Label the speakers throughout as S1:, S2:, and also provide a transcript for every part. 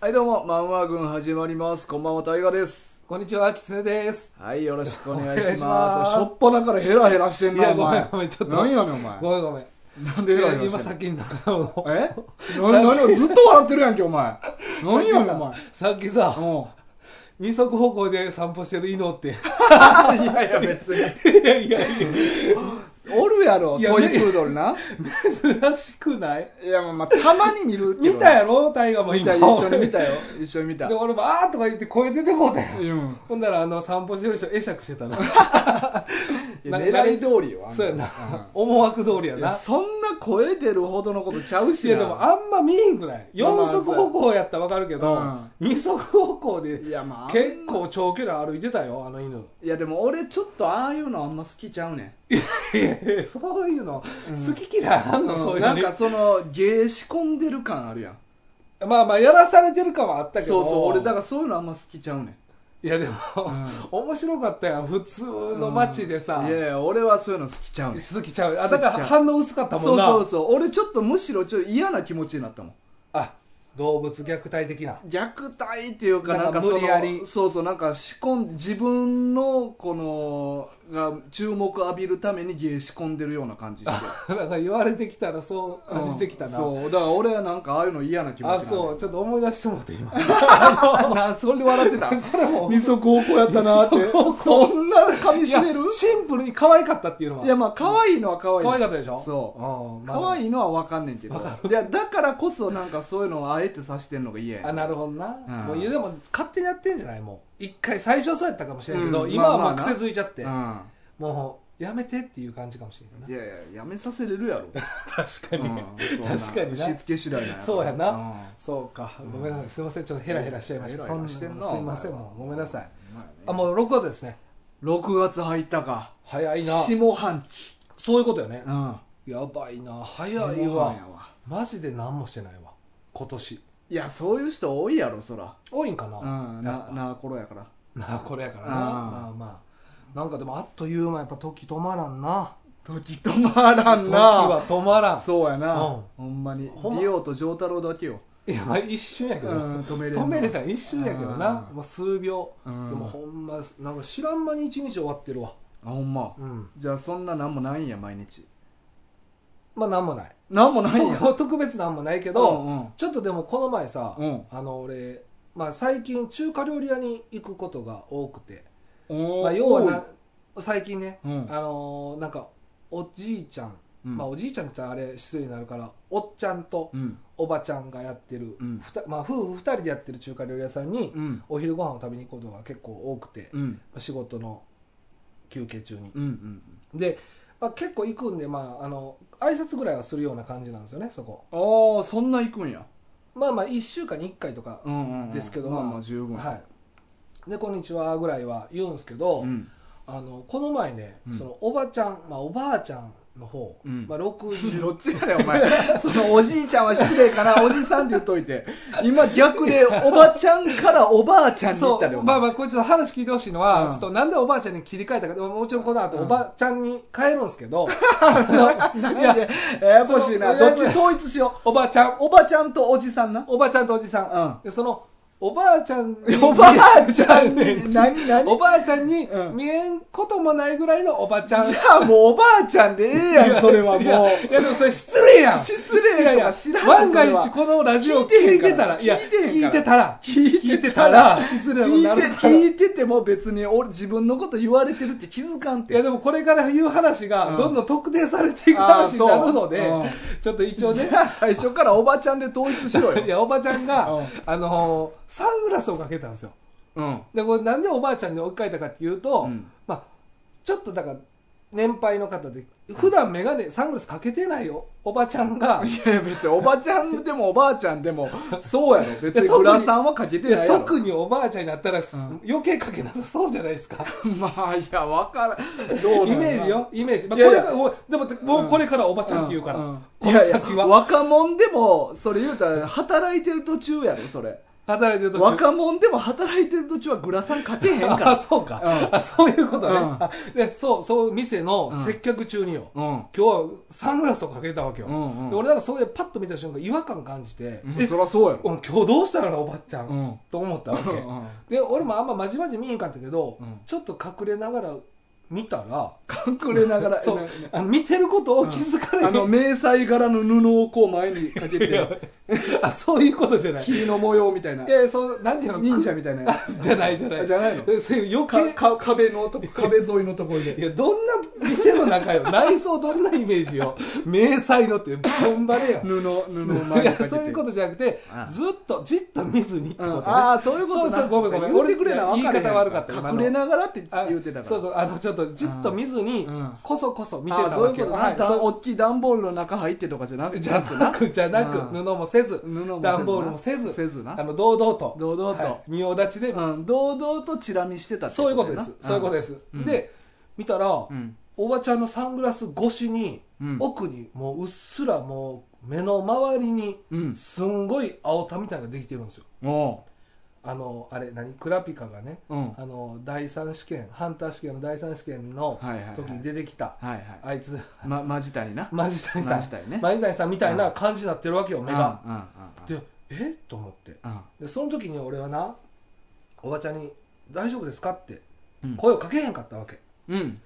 S1: はいどうも、マンワー軍始まります。こんばんは、タイガです。
S2: こんにちは、きつねです。
S1: はい、よろし くお願いします。
S2: お願いします
S1: しょっぱなからヘラヘラしてん
S2: い
S1: な、
S2: や、
S1: お
S2: ごめ
S1: 前
S2: ん、。ごめん、ちょっと。
S1: 何やねん、お前。
S2: ごめん、ごめん。
S1: なんでヘラヘ
S2: いや
S1: ラ
S2: 今、
S1: してんの
S2: 先の中を。
S1: えな何をずっと笑ってるやんけ、お前。何やねん、お前。
S2: さっきさ、
S1: お
S2: 二足歩行で散歩してる犬おって。いう
S1: いやいや、別に。
S2: やいやいや、
S1: おるやろ、
S2: いや
S1: トイプードルな。
S2: 珍しくない
S1: いや、まあまあ、たまに見るけど
S2: 見たやろ大河も
S1: 見
S2: 今。
S1: た、一緒に見たよ。一緒に見た
S2: で、。俺も、あーとか言って声出てこうたよ。
S1: うん。
S2: ほんなら、あの、散歩してる人、会釈し てたな。
S1: いや狙い通りよ、あんた
S2: そうやな。思惑通りや
S1: いや
S2: な。
S1: そんな声出るほどのことちゃう
S2: い
S1: しな
S2: や、でも、あんま見えんくない。
S1: まあまあ
S2: 四足歩行やったらわかるけ
S1: う
S2: ど
S1: ん、
S2: 二足歩行で、
S1: いやまあ
S2: 結構長距離歩いてたよ、あの犬。
S1: いやでも俺ちょっとああいうのあんま好きちゃうね
S2: いやいやそういうの、好き嫌いあ
S1: ん
S2: んの、そういう
S1: な
S2: の
S1: ん
S2: に
S1: かその芸仕込んでる感あるやん
S2: まあまあやらされてる感はあったけ
S1: そ
S2: ど
S1: うそう俺だからそういうのあんま好きちゃうね
S2: いやでも、面白かったやん普通の街でさ、
S1: んいやいや俺はそういうの好きちゃうねん
S2: 好きちゃうあ
S1: 好き
S2: だ
S1: ちゃ
S2: か
S1: う
S2: ら反応薄かったも
S1: そ
S2: ん
S1: う
S2: な
S1: そうそう俺ちょっとむしろちょっと嫌な気持ちになったもん
S2: あ動物虐待的な
S1: 虐待っていうかな
S2: なんん
S1: か
S2: か
S1: その
S2: 無理やり
S1: そうそうなんか仕込ん自分のこのが注目浴びるために芸仕込んでるような感じして
S2: なんか言われてきたらそう 感じてきたな、
S1: うんそうだから俺はなんかああいうの嫌な気持ち
S2: あ
S1: になる
S2: そうちょっと思い出してもらって今
S1: な それで笑ってた
S2: それも
S1: 二足歩行やったなってそんな噛み締める
S2: いやシンプルに可愛かったっていうのはい
S1: やまあ可愛いのは可愛い
S2: 可愛かったでしょ
S1: そう
S2: うんまあ
S1: 可愛いのは分かんねんけどいやだからこそなんかそういうのをあえてさしてんのが嫌や
S2: あなるほどな、
S1: うん
S2: もういやでも勝手にやってんじゃないもう一回最初はそうやったかもしれんけど、
S1: うん
S2: 今は
S1: まあ
S2: もう
S1: まあな
S2: 癖づいちゃって、
S1: うん
S2: もうやめてっていう感じかもしれないない
S1: やいややめさせれるやろ
S2: 確か
S1: うんそんな
S2: 確かにな
S1: しつけ次第なん
S2: そうやな、
S1: うん
S2: そうかごめんなさいすいませんちょっとヘラヘラしちゃいました、
S1: うん
S2: そんな
S1: ヘラヘラしてんな
S2: すいません
S1: お前
S2: もうごめんなさい
S1: まあね
S2: あもう6月ですね
S1: 6月入ったか
S2: 早いな
S1: 下半期
S2: そういうことよね
S1: うん
S2: やばいな早い
S1: 下半や
S2: わマジで何もしてないわ今年
S1: いやそういう人多いやろそら
S2: 多いんかな、
S1: うん
S2: やっ
S1: な
S2: ぱ
S1: なあ頃やから
S2: なこれやからな
S1: うん
S2: まあまあなんかでもあっという間やっぱ時止まらんな
S1: 時止まらんな
S2: 時は止まらん
S1: そうやな、
S2: うん
S1: ほんまにデ
S2: ほんま
S1: ィオと丈太郎だけよ、
S2: いやまあ一瞬やけど、
S1: うん止めれんの
S2: 止めれたら一瞬やけどな、
S1: うん
S2: もう数秒、
S1: うん
S2: でもほんまなんか知らん間に一日終わってるわ
S1: あほんま
S2: うん
S1: じゃあそんななんもないんや毎日
S2: まあなんもない
S1: なんもないんや
S2: 特 特別なんもないけ
S1: け
S2: ど、
S1: うん
S2: ちょっとでもこの前さ、
S1: うん
S2: あの俺、まあ、最近中華料理屋に行くことが多くて、
S1: うん
S2: まあ、要はな最近ね、
S1: うん
S2: あのーなんかおじいちゃん、
S1: うん
S2: まあ、おじいちゃんって言ったらあれ失礼になるからおっちゃんと
S1: うん
S2: おばちゃんがやってる、
S1: うん
S2: ふたまあ、夫婦2人でやってる中華料理屋さんに
S1: うん
S2: お昼ご飯を食べに行くことが結構多くて、
S1: うん
S2: 仕事の休憩中に
S1: うんうん
S2: で、まあ、結構行くんで、まあ、あの挨拶ぐらいはするような感じなんですよねそこ
S1: ああそんな行くんや
S2: まあまあ1週間に1回とか、
S1: うんうん、うん、
S2: ですけど
S1: まあ
S2: まあ
S1: まあ十分
S2: はいで「こんにちは」ぐらいは言うんですけど、
S1: うん
S2: あのこの前ね、
S1: うん
S2: そのおばちゃん、まあ、おばあちゃんの方、
S1: うん
S2: まあ、
S1: ど
S2: 60
S1: っちやねんお前そのおじいちゃんは失礼かなおじさんって言っといて今逆でおばちゃんからおばあちゃんに行
S2: そ
S1: ったでお
S2: う
S1: 前
S2: まあまあこれちょっと話聞いてほしいのは、
S1: うん
S2: ちょっとなんでおばあちゃんに切り替えたかでももちろんこの後、
S1: うん
S2: おばあちゃんに変えるんですけ どい
S1: なん
S2: や
S1: でややこしいな
S2: そ
S1: ど
S2: の
S1: っち統一しよう
S2: おばあちゃん
S1: おばちゃんとおじさんな
S2: おばあちゃんとおじさん、
S1: うん
S2: でそのおばあちゃん に
S1: おばあちゃんに
S2: に
S1: 何何
S2: おばあちゃんに
S1: うん
S2: 見えんこともないぐらいのおばちゃん
S1: じゃあもうおばあちゃんでええやんそれはい
S2: や
S1: もう
S2: いやでもそれ失礼やん
S1: 失礼とか知らん
S2: 万が
S1: それ
S2: 一
S1: は
S2: このラジオ
S1: 聞いてへ
S2: 聞
S1: ん
S2: い
S1: から
S2: てたらいや
S1: 聞いてへんから
S2: 聞い
S1: 聞
S2: てたら聞
S1: いて
S2: いて
S1: た
S2: た
S1: ら
S2: ら失礼に
S1: 聞
S2: ない
S1: て
S2: るから
S1: 聞
S2: い
S1: いてても別に俺自分のこと言われてるって気づかんて
S2: やでもこれから言う話
S1: う
S2: が
S1: ん
S2: どんどん特定されていく話になるの
S1: あー
S2: で
S1: そううん
S2: ちょっと一応
S1: じ
S2: ね
S1: ゃあ最初からおばちゃんで統一しろ
S2: い
S1: よ、
S2: やおばちゃん
S1: うん
S2: があのーサングラスをかけたんですよ
S1: うん、
S2: でこれなんでおばあちゃんに置き換えたかっていうと
S1: うん
S2: まあちょっとだから年配の方で普段メガネサングラスかけてないよおばちゃんが
S1: いやいや別におばちゃんでもおばあちゃん でもそうやろ別
S2: い
S1: に
S2: や特に
S1: グラサンはかけてない
S2: い
S1: や
S2: や
S1: ろ
S2: 特におばあちゃんになったらす
S1: うん
S2: 余計かけなさそうじゃないですか
S1: まあいや分からんどうな
S2: イ
S1: んやろ
S2: メージよイメージ、まあ、
S1: いやいや
S2: これがおいでもてもうこれからおばちゃんって言うから、
S1: んん
S2: この先はい
S1: やいや若者でもそれ言うたら働いてる途中やろそれ
S2: 働いてる途中
S1: 若者でも働いてる途中はグラサン勝てへんか
S2: あ
S1: ら
S2: そうか、
S1: うん
S2: あそういうことね、
S1: うん
S2: あでそうそう店の接客中によ、
S1: うん
S2: 今日はサングラスをかけたわけよ、
S1: うんうん
S2: で俺なんかそれでパッと見た瞬間違和感感じて、
S1: うん
S2: え
S1: そりゃそうやろ
S2: 俺今日どうしたのかなおばっちゃん、
S1: うん
S2: と思ったわけ、
S1: うんうん
S2: で俺もあんままじまじ見えんかったけど、
S1: うん
S2: ちょっと隠れながら見たら
S1: 隠れながら
S2: そうあの見てることを気づかれへ
S1: あ
S2: ん、
S1: の迷彩柄の布をこう前にかけ
S2: いや
S1: て
S2: あそういうことじゃないい
S1: 霧の模様みたいな
S2: やそうなんていうの
S1: 忍者
S2: く
S1: みたいなや
S2: あじゃないじゃない
S1: つじゃないの
S2: そういう余
S1: か
S2: 計
S1: か壁のとこ壁沿いのところ
S2: い
S1: で
S2: やどんな店の中よ内装どんなイメージよ迷彩のってちょんばれやん
S1: 布布を前
S2: い
S1: にかけ
S2: や
S1: て
S2: そういうことじゃなくて
S1: ああ
S2: ずっとじっと見ずにってこ
S1: う
S2: と
S1: ん
S2: ね、
S1: ああそういうことな
S2: そうそうごめんごめん
S1: 言ってくれな
S2: 俺
S1: 分かれへん
S2: 言い方悪かった今の
S1: 隠れながらって
S2: あ
S1: 言ってたから
S2: そうそうあのちょっとじっと見ずに
S1: うん
S2: こそこそ見て
S1: あ
S2: た
S1: そうい
S2: わ
S1: う
S2: け
S1: こ
S2: よ
S1: とな、
S2: はい
S1: だ
S2: そう
S1: 大きい段ボールの中入ってとかじゃなくて
S2: じゃなくじゃなく
S1: う
S2: 布
S1: ん
S2: もせず
S1: 布もせずな
S2: 段ボールもせず
S1: せずな
S2: あの堂々と
S1: 堂々と
S2: はい仁王立ちで
S1: うん、堂々とチラ見してたって
S2: そういうこと
S1: や
S2: で
S1: な
S2: すそういうことです
S1: うん
S2: で見たら
S1: うん
S2: おばちゃんのサングラス越しに
S1: うん
S2: 奥にもううっすらもう目の周りに
S1: うん
S2: すんごい青田みたいなのができてるんですよ
S1: お
S2: あのあれ何クラピカがね
S1: ううんは
S2: あの第三試験ハンター試験の第三試験の
S1: いはいはい
S2: 時に出てきた
S1: はいはい
S2: あいつ
S1: まマジタにな
S2: マジ谷さん
S1: マジ谷ね
S2: マジ谷さんみたいな感じになってるわけよ目が
S1: うんうんうん
S2: でえと思って
S1: うん
S2: でその時に俺はなおばちゃんに「大丈夫ですか?」って
S1: うん
S2: 声をかけへんかったわけ
S1: うん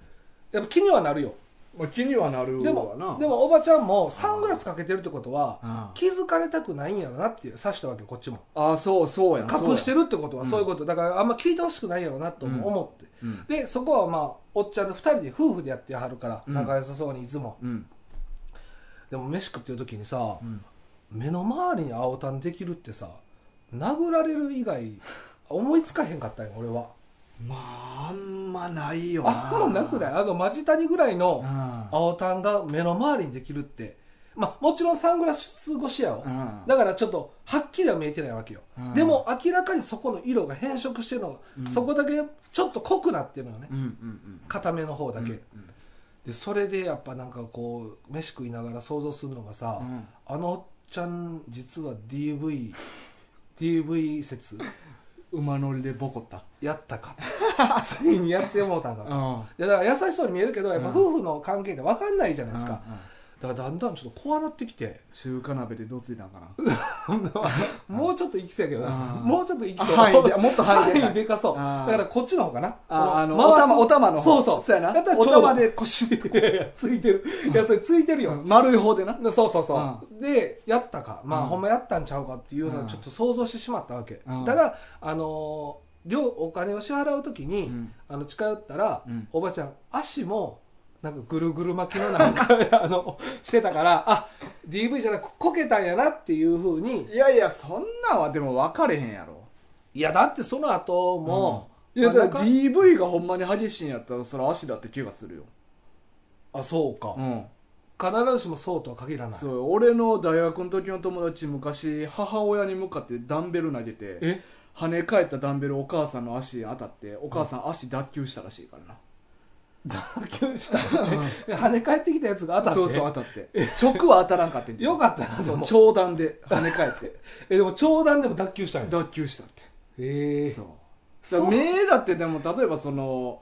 S2: やっぱ気にはなるよ
S1: まあ気にはなる
S2: で
S1: わ
S2: も
S1: な
S2: でもおばちゃんもサングラスかけてるってことは
S1: あ
S2: 気づかれたくないんやろなっていう刺したわけよこっちも
S1: あそうそうや
S2: 隠して
S1: る
S2: るってことは
S1: うん
S2: そういうことだからあんま聞いてほしくないやろなとも思って
S1: うん
S2: でそこはまあおっちゃんと2人で夫婦でやってはるから
S1: うん
S2: 仲良さそうにいつも
S1: うん
S2: でも飯食ってる時にさ
S1: うん
S2: 目の周りに青タンできるってさ殴られる以外思いつかへんかったんよ俺は
S1: まああんまないよな
S2: あんまなくないあのマジ谷ぐらいの
S1: う
S2: 青タンが目の周りにできるってまあもちろんサングラス越しやよ
S1: ん
S2: だからちょっとはっきりは見えてないわけよ、
S1: うん
S2: でも明らかにそこの色が変色してるのが、
S1: うん
S2: そこだけちょっと濃くなってるのよね
S1: うんうんうん
S2: 片目の方だけ、
S1: うん
S2: でそれでやっぱなんかこう飯食いながら想像するのがさ、
S1: うん
S2: あのおっちゃん実は DV DV 説
S1: 馬乗りでボコった
S2: やったか ついにやってもうたんかと、いやだから優しそうに見えるけどやっぱ
S1: うん
S2: 夫婦の関係で分かんないじゃないですか、
S1: うんうん
S2: だからだんだんちょっと怖なってきて
S1: 中華鍋でどついたんかな
S2: もうちょっと行きそうやけどな、
S1: うん
S2: もうちょっと行きそう
S1: 範囲でもっと範囲でか
S2: 範囲
S1: い
S2: でかそうだ
S1: あー
S2: からこっちの方かな
S1: ああの
S2: こ
S1: お
S2: 回す
S1: 玉お玉の
S2: そ
S1: 方
S2: うそう
S1: そうやな
S2: だったら
S1: お
S2: ちょうど
S1: 玉でこうシュッて
S2: いやいや ついてるいやそれついてるよ、
S1: 丸い方でな
S2: でそうそうそう、でやったかまあ、ほんまやったんちゃうかっていうの
S1: う
S2: を
S1: ん
S2: ちょっと想像してしまったわけ、
S1: うん
S2: ただあのー料お金を支払う時に、
S1: うん
S2: あの近寄ったら、
S1: うん
S2: おばちゃん足もなんかぐるぐる巻きのなんか あのしてたからあ DV じゃなくこけたんやなっていうふうに
S1: いやいやそんなんはでも分かれへんやろ
S2: いやだってその後も、
S1: いやだ
S2: 真ん
S1: か
S2: 中
S1: ら DV がほんまに激しいんやったらそれ足だって怪我するよ
S2: あそうか、
S1: うん
S2: 必ずしもそうとは限らない
S1: そう俺の大学の時の友達昔母親に向かってダンベル投げて
S2: え
S1: 跳ね返ったダンベルお母さんの足に当たってお母さん足脱臼したらしいからな
S2: 脱臼したのね跳ね返ってきたやつが当たって
S1: そうそう当たって直は当たらんかってんけど
S2: よかったなで
S1: そう
S2: も
S1: 長弾で跳ね返って
S2: えでも長弾でも脱臼したんや
S1: 脱臼したって
S2: へえ
S1: そうだ
S2: そう
S1: から目だってでも例えばその、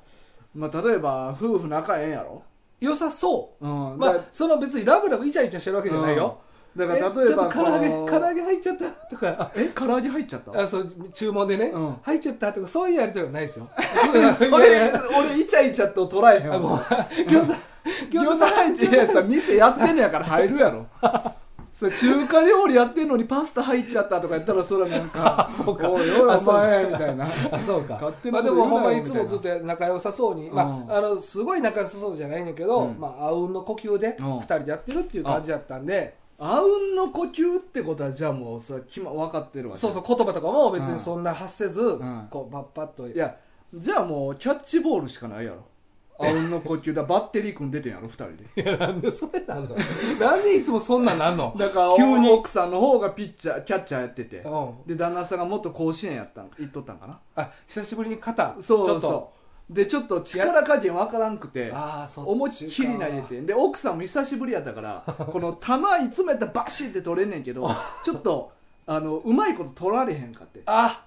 S1: まあ、例えば夫婦仲ええんやろ、
S2: 良さそ
S1: うん
S2: うま
S1: だ
S2: あその別にラブラブイチャイチャしてるわけじゃないよ、
S1: うんだ
S2: え
S1: から例えば
S2: ちょっと唐揚げ
S1: この
S2: 唐揚げ入っちゃったとか
S1: え唐揚げ入っちゃった
S2: あそう注文でね、
S1: うん
S2: 入っちゃったとかそういうやりとりはないですよ
S1: そ
S2: いや
S1: れ
S2: いや
S1: 俺イチャイチャと捉えへん
S2: あごめん
S1: わ
S2: 餃子餃
S1: 餃
S2: 子
S1: 子入っていやさ店やってんねやから入るや ろそれ中華料理やってんのにパスタ入っちゃったとかやったらそれはなんか「
S2: そうか
S1: おいおい
S2: あ
S1: お
S2: そうか
S1: 前」みたいな
S2: あそうか
S1: 勝手
S2: ま
S1: な
S2: あ、
S1: こ
S2: で
S1: と言
S2: も
S1: うなよ
S2: ほんまいつもずっと仲良さそうに、
S1: うん
S2: まあ、あのすごい仲良さそうじゃないねんだけど、
S1: うん
S2: まああうんの呼吸で
S1: うん
S2: 2人でやってるっていう感じやったんで、
S1: あうんの呼吸ってことはじゃあもうそれ決ま分かってるわけ
S2: そうそう言葉とかも別にそんな発せず、
S1: ん
S2: こうパッパッと
S1: いやじゃあもうキャッチボールしかないやろあうんの呼吸だバッテリー組んでてんやろ2人で
S2: いやなんでそれなのなんでいつもそんなんなんの
S1: だから
S2: 急に
S1: 奥さんの方がピッチャーキャッチャーやってて
S2: うん
S1: で旦那さんがもっと甲子園やったん行っとったんかな
S2: あ久しぶりに肩
S1: そう
S2: ち
S1: そ
S2: ょ
S1: う
S2: っと
S1: そうでちょっと力加減わからんくて
S2: ああそっちか
S1: 思いっきり投げてで 奥さんも久しぶりやったからこの球いつもやったらバシって取れんねんけどちょっとああのうまいこと取られへんかって
S2: あ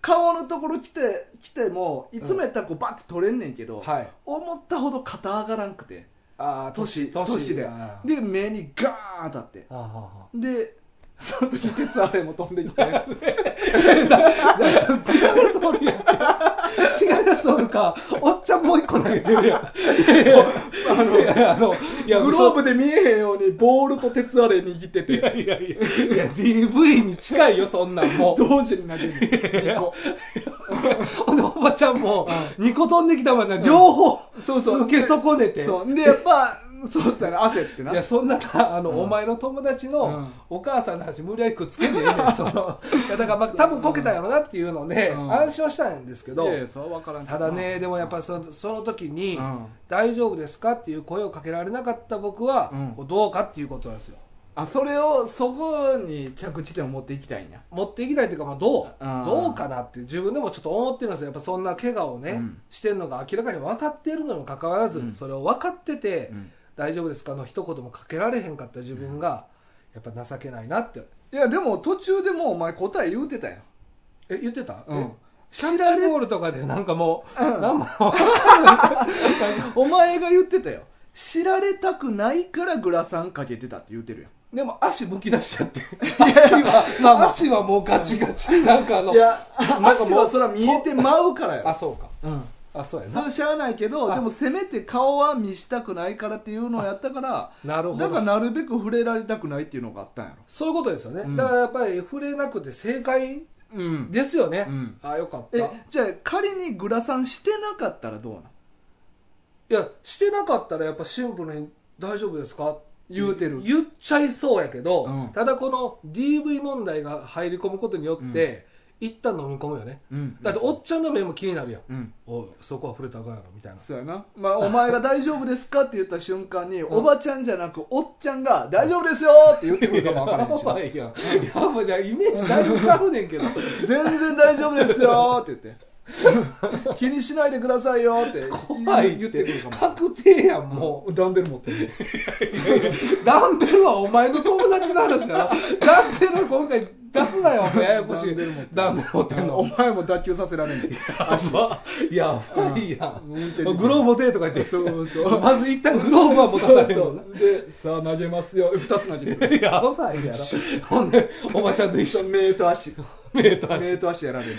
S1: 顔のところ来て来てもいつもやったらこうバッて取れんねんけど、
S2: はい
S1: 思ったほど肩上がらんくて
S2: あー
S1: 年
S2: 年
S1: 年で
S2: あー
S1: で目にガーン当たって
S2: あーあ
S1: でその時鉄アレイも飛んできて
S2: ーあー違うやつおるやん違うやつおるかおっちゃんもう一個投げてるやんあのいやあのいや
S1: グローブで見えへんようにボールと鉄アレイ握ってて
S2: いやいやいや DV に近いよそんなんもう
S1: 同時に投げるのこ
S2: ほんでおばちゃんも2個飛んできたおばちゃん両方
S1: うそうそう
S2: 受け損ね
S1: う
S2: て
S1: そうでやっぱそうっすよね汗ってない
S2: やそんななあの、お前の友達
S1: う
S2: の
S1: ん
S2: お母さんの話無理やりくっつけんでええねんそのいやだから、まあ、多分こけたんやろなっていうので、
S1: うん
S2: 安心はしたんですけど、
S1: いやいやそうは分からんけ
S2: た
S1: ど
S2: だねでもやっぱそのその時に、
S1: うん
S2: 大丈夫ですか?」っていう声をかけられなかった僕は、
S1: うん
S2: こうどうかっていうことなんですよ
S1: あそれをそこに着地点を持っていきたいんや
S2: 持っていきたいというか、まあ、どう
S1: うん
S2: どうかなって自分でもちょっと思ってるんですよやっぱそんな怪我をね、
S1: うん
S2: してるのが明らかに分かってるのにもかかわらず、
S1: うん
S2: それを分かってて「
S1: うん
S2: 大丈夫ですか?」の一言もかけられへんかった自分が、やっぱ情けないなって
S1: いやでも途中でもうお前答え言うてたよ、
S2: え言ってた、
S1: う
S2: え
S1: ん、
S2: キャッチボールとかでなんかもう、
S1: うん
S2: なんも
S1: お前が言ってたよ知られたくないからグラサンかけてたって言うてる
S2: でも足むき出しちゃって足は、
S1: まあまあ
S2: 足はもうガチガチなんかあ
S1: や
S2: の
S1: んいや
S2: なんかもう
S1: 足はそれは見えてまうから
S2: あ
S1: よ、
S2: そうか
S1: うん、
S2: あそうや
S1: それ
S2: な
S1: はしゃあないけど
S2: あ
S1: でもせめて顔は見したくないからっていうのをやったから
S2: なるほ
S1: だから
S2: ど
S1: なるべく触れられたくないっていうのがあったんや
S2: そういうことですよね、
S1: うん
S2: だからやっぱり触れなくて正解
S1: ろうん
S2: ですよね、
S1: うん
S2: あよかった
S1: え
S2: い
S1: じゃあ仮にグラサンしてなかったらどうなん
S2: やしてなかったらやっぱシンプルに「大丈夫ですか?」
S1: 言うてる
S2: 言っちゃいそうやけど、
S1: うん
S2: ただこの DV 問題が入り込むことによって、一旦飲み込むよね
S1: うん
S2: だっておっちゃんの目も気になるやん、
S1: うん
S2: おいそこは触れたらあかんやろみたいな
S1: そうやな、まあ、お前が「大丈夫ですか?」って言った瞬間に、
S2: ん
S1: おばちゃんじゃなくおっちゃんが「大丈夫ですよ!」って言ってくるかも分から へんしな
S2: ばいやん。やばいやんイメージだいぶちゃうねん けど。
S1: 全然大丈夫ですよ!」って言 って「気にしないでくださいよ!」って
S2: 怖い
S1: 言
S2: っ
S1: って
S2: て
S1: くるかも
S2: 確定やん、も
S1: もうダンベル持ってる
S2: う。ダンベルはお前の友達の話だろ。ダンベル今回出すなよ、お前ややこしい。ダンベル持ってん
S1: お
S2: の。
S1: 前も脱臼させられんねん足
S2: やばいやん。
S1: 運転で
S2: グローブ持てとか言って。
S1: そうそう
S2: まず一旦グローブは持た
S1: そ
S2: さ
S1: う
S2: れるのな
S1: そうでさあ投げますよ2つ投げてる
S2: やばいやろ。ほんで、おばちゃんと一緒に
S1: 目と足
S2: 目と足
S1: 目と足やられる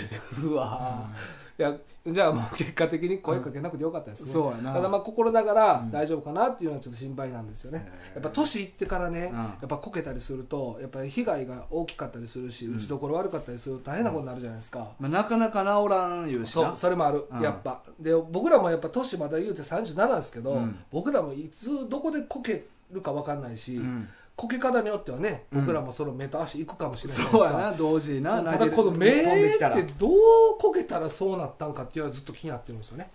S2: うわーいやじゃあもう結果的に声かけなくてよかったですね、
S1: うんそうやな
S2: ただまあ心ながら
S1: うん
S2: 大丈夫かなっていうのはちょっと心配なんですよね、
S1: へー
S2: やっぱ年いってからね、
S1: うん
S2: やっぱこけたりするとやっぱり被害が大きかったりするし打ちどころ悪かったりすると大変なことになるじゃないですか、
S1: まあ、なかなか治らん言うし
S2: そ
S1: な
S2: うそれもある、
S1: うん
S2: やっぱで僕らもやっぱ年まだ言うて37ですけど、
S1: うん
S2: 僕らもいつどこでこけるか分かんないし、
S1: うん
S2: こけ方によってはね
S1: うん
S2: 僕らもその目と足いくかもしれないじゃないで
S1: そう
S2: す
S1: や
S2: か、
S1: な同時にな
S2: た
S1: 投
S2: だ
S1: げる
S2: この目
S1: 飛んで
S2: っ
S1: きたら
S2: てどうこけたらそうなったんかっていうのはずっと気になってるんですよね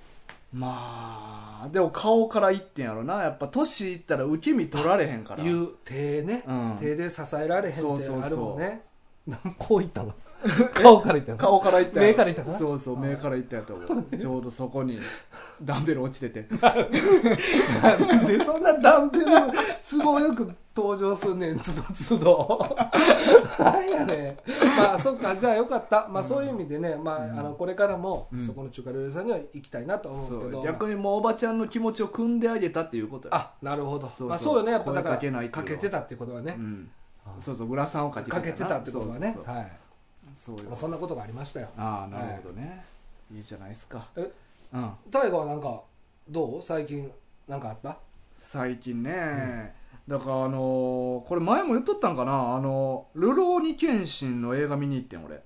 S1: まあでも顔からいってんやろなやっぱ年いったら受け身取られへんから
S2: いう手ね、
S1: うん
S2: 手で支えられへんって
S1: そうそうそう
S2: あるもんねなんこういったの 顔からいったの
S1: 顔からいったんや
S2: 目からいったかな
S1: そうそう目からいったやと思 うちょうどそこにダンベル落ちてて
S2: なんでそんなダンベル都合よく登場すんねんつどつどなんやねんまあそっかじゃあよかった、まあ、そういう意味でね、まあ、あのこれからも、
S1: うん
S2: そこの中華料理屋さんには行きたいなと思うんです
S1: そ
S2: けど
S1: う逆にもうおばちゃんの気持ちを汲んであげたっていうことや
S2: あなるほ
S1: そ
S2: ど
S1: うそう
S2: まあ、そうよねやっぱだか
S1: 声
S2: ら
S1: かけないっていうの
S2: か
S1: は
S2: けてたってことはね
S1: う、んそうそうグラサンをかけて
S2: かけてたってことはね
S1: そうそう
S2: はい
S1: そうそう
S2: ま
S1: よ
S2: あそんなことがありましたよ
S1: ああなるほどねいいじゃないですか
S2: え
S1: うん
S2: 大河はなんかどう最近なんかあった
S1: 最近ね、だからあのーこれ前も言っとったんかなあの「ルローニケンシン」の映画見に行ってん俺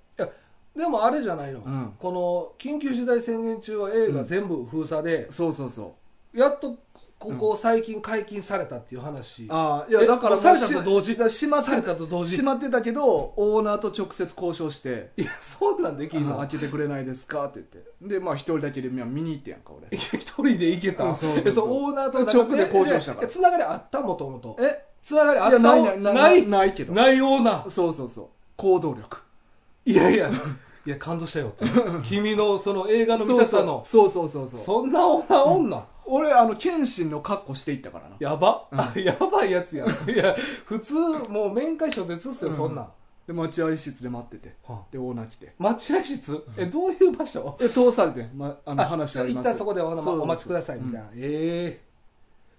S2: でもあれじゃないの、
S1: うん
S2: この緊急事態宣言中は映画全部封鎖で、
S1: そうそうそう
S2: やっとここ最近解禁されたっていう話、
S1: ああいや
S2: え
S1: だから
S2: もうされた
S1: し
S2: と同時
S1: だから閉まって
S2: されたと同時
S1: 閉まってたけどオーナーと直接交渉して
S2: いやそんなん
S1: 「
S2: でき
S1: あ
S2: ん
S1: の
S2: の
S1: 開けてくれないですか?」って言ってでまあ一人だけでまあ見に行ってんやんか俺
S2: いや一人で行けた、
S1: うんそうそうそう
S2: えオーナーと
S1: 直で交渉したから
S2: つながりあったもともと
S1: え
S2: つながりあ
S1: い
S2: っ
S1: や
S2: た
S1: ないないない
S2: ない
S1: ないけど
S2: ないオーナー
S1: そうそうそう行動力
S2: いや いやいや感動したよって 君のその映画の見
S1: そう
S2: たさ
S1: そ
S2: の
S1: うそうそうそうそう
S2: そんな女女、
S1: 俺あの謙信の格好していったからな
S2: やば、やばいやつやいや普通もう面会小説っすよ、
S1: うん
S2: そんなん
S1: で待合室で待ってて
S2: は
S1: でオーナー来て
S2: あ待合室えどういう場所
S1: で通されて、ま、あの話あります
S2: 一旦そこでお
S1: そう
S2: お待ちくださいみたいな、ええ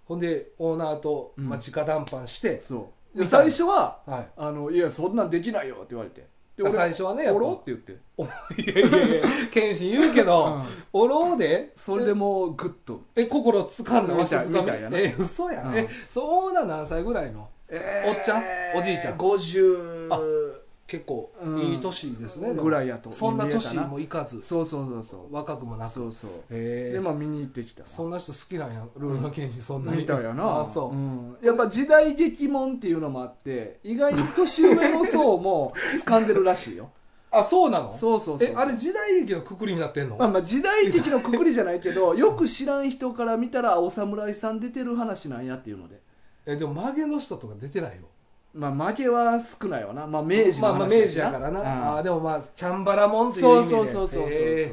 S2: ほんでオーナーと、まあ、
S1: うん
S2: 直談判して、
S1: そうで最初は
S2: はい
S1: あの「いやそんなんできないよ」って言われてで
S2: あ最初はねやっ
S1: お
S2: ぱ
S1: ろって言って、
S2: おいや いやいや謙信言うけど、
S1: うん
S2: おろうで
S1: それでもうグッと
S2: え心掴ん
S1: みた
S2: だ
S1: い
S2: わしつかみ
S1: みたいやな
S2: え嘘や、
S1: うん
S2: えそうな何歳ぐらいの
S1: えー
S2: おっちゃんおじいちゃんあ
S1: 50
S2: 結構
S1: うん
S2: いい年ですね、でも
S1: ぐらいやと
S2: そんな
S1: 見えた
S2: 年もいかず
S1: そうそうそうそう
S2: 若くもなく
S1: そうそう
S2: へえ
S1: でまあ見に行ってきたな
S2: そんな人好きなんやルールの剣士そんなに
S1: みたいやな
S2: あそう、
S1: んやっぱ時代劇もんっていうのもあって意外に年上の層も掴んでるらしいよ
S2: あそうなの
S1: そうそうそう
S2: えあれ時代劇のくくりになってんの、
S1: まあまあ時代劇のくくりじゃないけ どよく知らん人から見たらお侍さん出てる話なんやっていうので
S2: えでも曲げの人とか出てないよ
S1: まあ負けは少ないわなまあ明治
S2: ま
S1: の話
S2: あまあ明治やからな、あ
S1: う
S2: あ
S1: ん
S2: でもまあチャンバラモンっていう意
S1: そう
S2: 味で
S1: そうそうそうそう
S2: へえ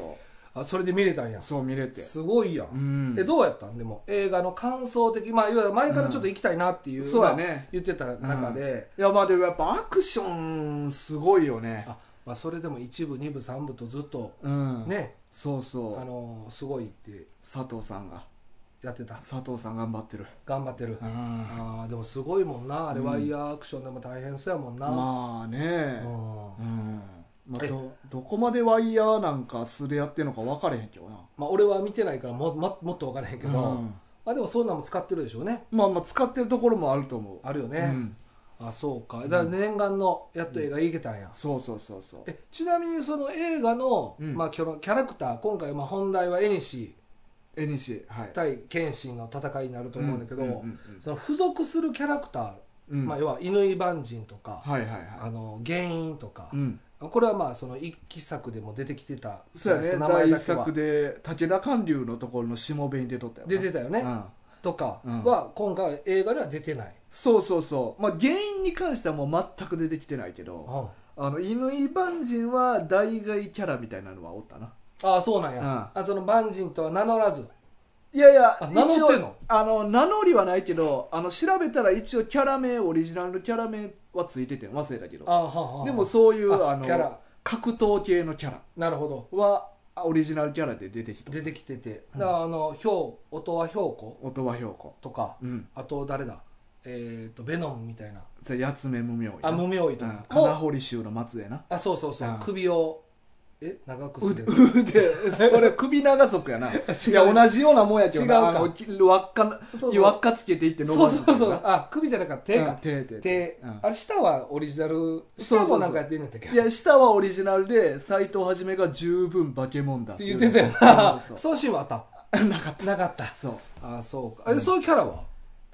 S1: そ
S2: あそれで見れたんや
S1: うそう見れて
S2: すごいやん
S1: うん
S2: えどうやったんでも映画の感想的まあいわゆる前からちょっと行きたいなっていう、
S1: うんそうやね
S2: まあ言ってた中で、
S1: いやまあでもやっぱアクションすごいよね
S2: あまあ、それでも一部二部三部とずっと
S1: うん
S2: ね、
S1: そうそ
S2: あ
S1: う
S2: のーすごいって
S1: 佐藤さんが
S2: やってた
S1: 佐藤さん頑張ってる
S2: 頑張ってる、
S1: うん
S2: あーでもすごいもんなあれ
S1: うん
S2: ワイヤーアクションでも大変そうやもんな、
S1: まあね
S2: うん
S1: うんまあ
S2: え
S1: どどこまでワイヤーなんか素でやってるのか分かれへんけどな
S2: まあ、俺は見てないからもももっと分からへんけど、
S1: うん
S2: まあ、でもそんなんも使ってるでしょうね
S1: まあまあ使ってるところもあると思う
S2: あるよね、
S1: うん
S2: あそうかだから念願のやっと映画行けたんや、
S1: そうそうそうそう
S2: えちなみにその映画の、
S1: うん
S2: まあ、キャラキャラクター今回まあ本題は縁師
S1: えにしはい
S2: 対謙信の戦いになると思うんだけど、
S1: うんうんうん
S2: その付属するキャラクター、
S1: うん
S2: まあ、要は乾万人とか、
S1: はいはいは
S2: あの原因とか
S1: い、うん
S2: これはまあその一期作でも出てきてた
S1: そうや
S2: じ
S1: ね
S2: ゃない
S1: 第一
S2: ですか名前
S1: 作
S2: だけは
S1: で武田観柳のところのしもべに出とったよな
S2: 出てたよね、
S1: うん
S2: とか
S1: うん
S2: は今回は映画では出てない、
S1: そうそうそうまあ原因に関してはもう全く出てきてないけど
S2: あ
S1: あの乾万人は代替キャラみたいなのはおったな
S2: あそうなんや、
S1: う
S2: あその万人とは名乗らず
S1: いやいや
S2: あ名乗って
S1: 一
S2: んの
S1: 応あの名乗りはないけどあの調べたら一応キャラ名オリジナルのキャラ名はついててん忘れたけど
S2: あはんはん
S1: でもそういう
S2: あ
S1: あの
S2: キャラ
S1: 格闘系のキャラ
S2: なるほど
S1: はあオリジナルキャラで出てきた
S2: 出てきてて、だからあのひょう音はひょうこと
S1: わひょうこと
S2: か、
S1: うん
S2: あと誰だえっ、とベノンみたいな
S1: それ八つ目無名医な
S2: あ無名医と
S1: う
S2: か
S1: ん、
S2: も
S1: 金堀衆の松江な
S2: あそうそうそう、
S1: うん
S2: 首をえ長くす
S1: 腕
S2: る
S1: それ首長族 やないや同じようなもんやけどな
S2: 違うか
S1: あのき輪っか
S2: そうそう
S1: 輪っかつけていって伸
S2: そ
S1: ば
S2: う
S1: す
S2: そうそう
S1: う
S2: あ首じゃなかった手
S1: 手
S2: か、
S1: 手手
S2: 手、
S1: うん
S2: あれ下はオリジナル
S1: そうそうそ
S2: 下
S1: う
S2: もなんかやってんねんだっけ
S1: いや下はオリジナルで斎藤はじめが十分化け物だ
S2: って言ってたよな
S1: そうそ
S2: そういうシーンはあった
S1: うなかった
S2: なかった
S1: そう
S2: あそうか、えそういうキャラは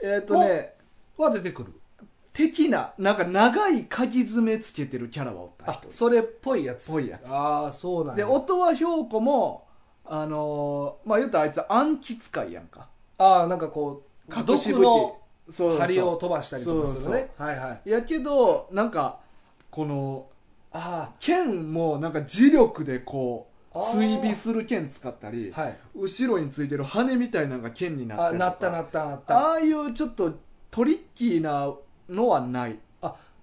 S1: えっ、とね
S2: は出てくる
S1: 的ななんか長い鍵爪つけてるキャラはおった
S2: あ
S1: 人
S2: それっぽいやつ
S1: ぽいやつ
S2: ああそうなん
S1: で
S2: や
S1: 音は氷子もあのーまあ言うたらあいつ暗記使いやんか
S2: ああなんかこう
S1: 隠し武
S2: 毒
S1: 器
S2: の
S1: そうそう
S2: 針を飛ばしたりとかするね
S1: そう
S2: はいはい
S1: やけどなんかこの
S2: あ
S1: 剣もなんか磁力でこう
S2: あー
S1: 追尾する剣使ったり、
S2: あはい
S1: 後ろについてる羽みたいなのが剣になった
S2: あ
S1: りとか
S2: なったなったなったあ
S1: ああいうちょっとトリッキーなのはない、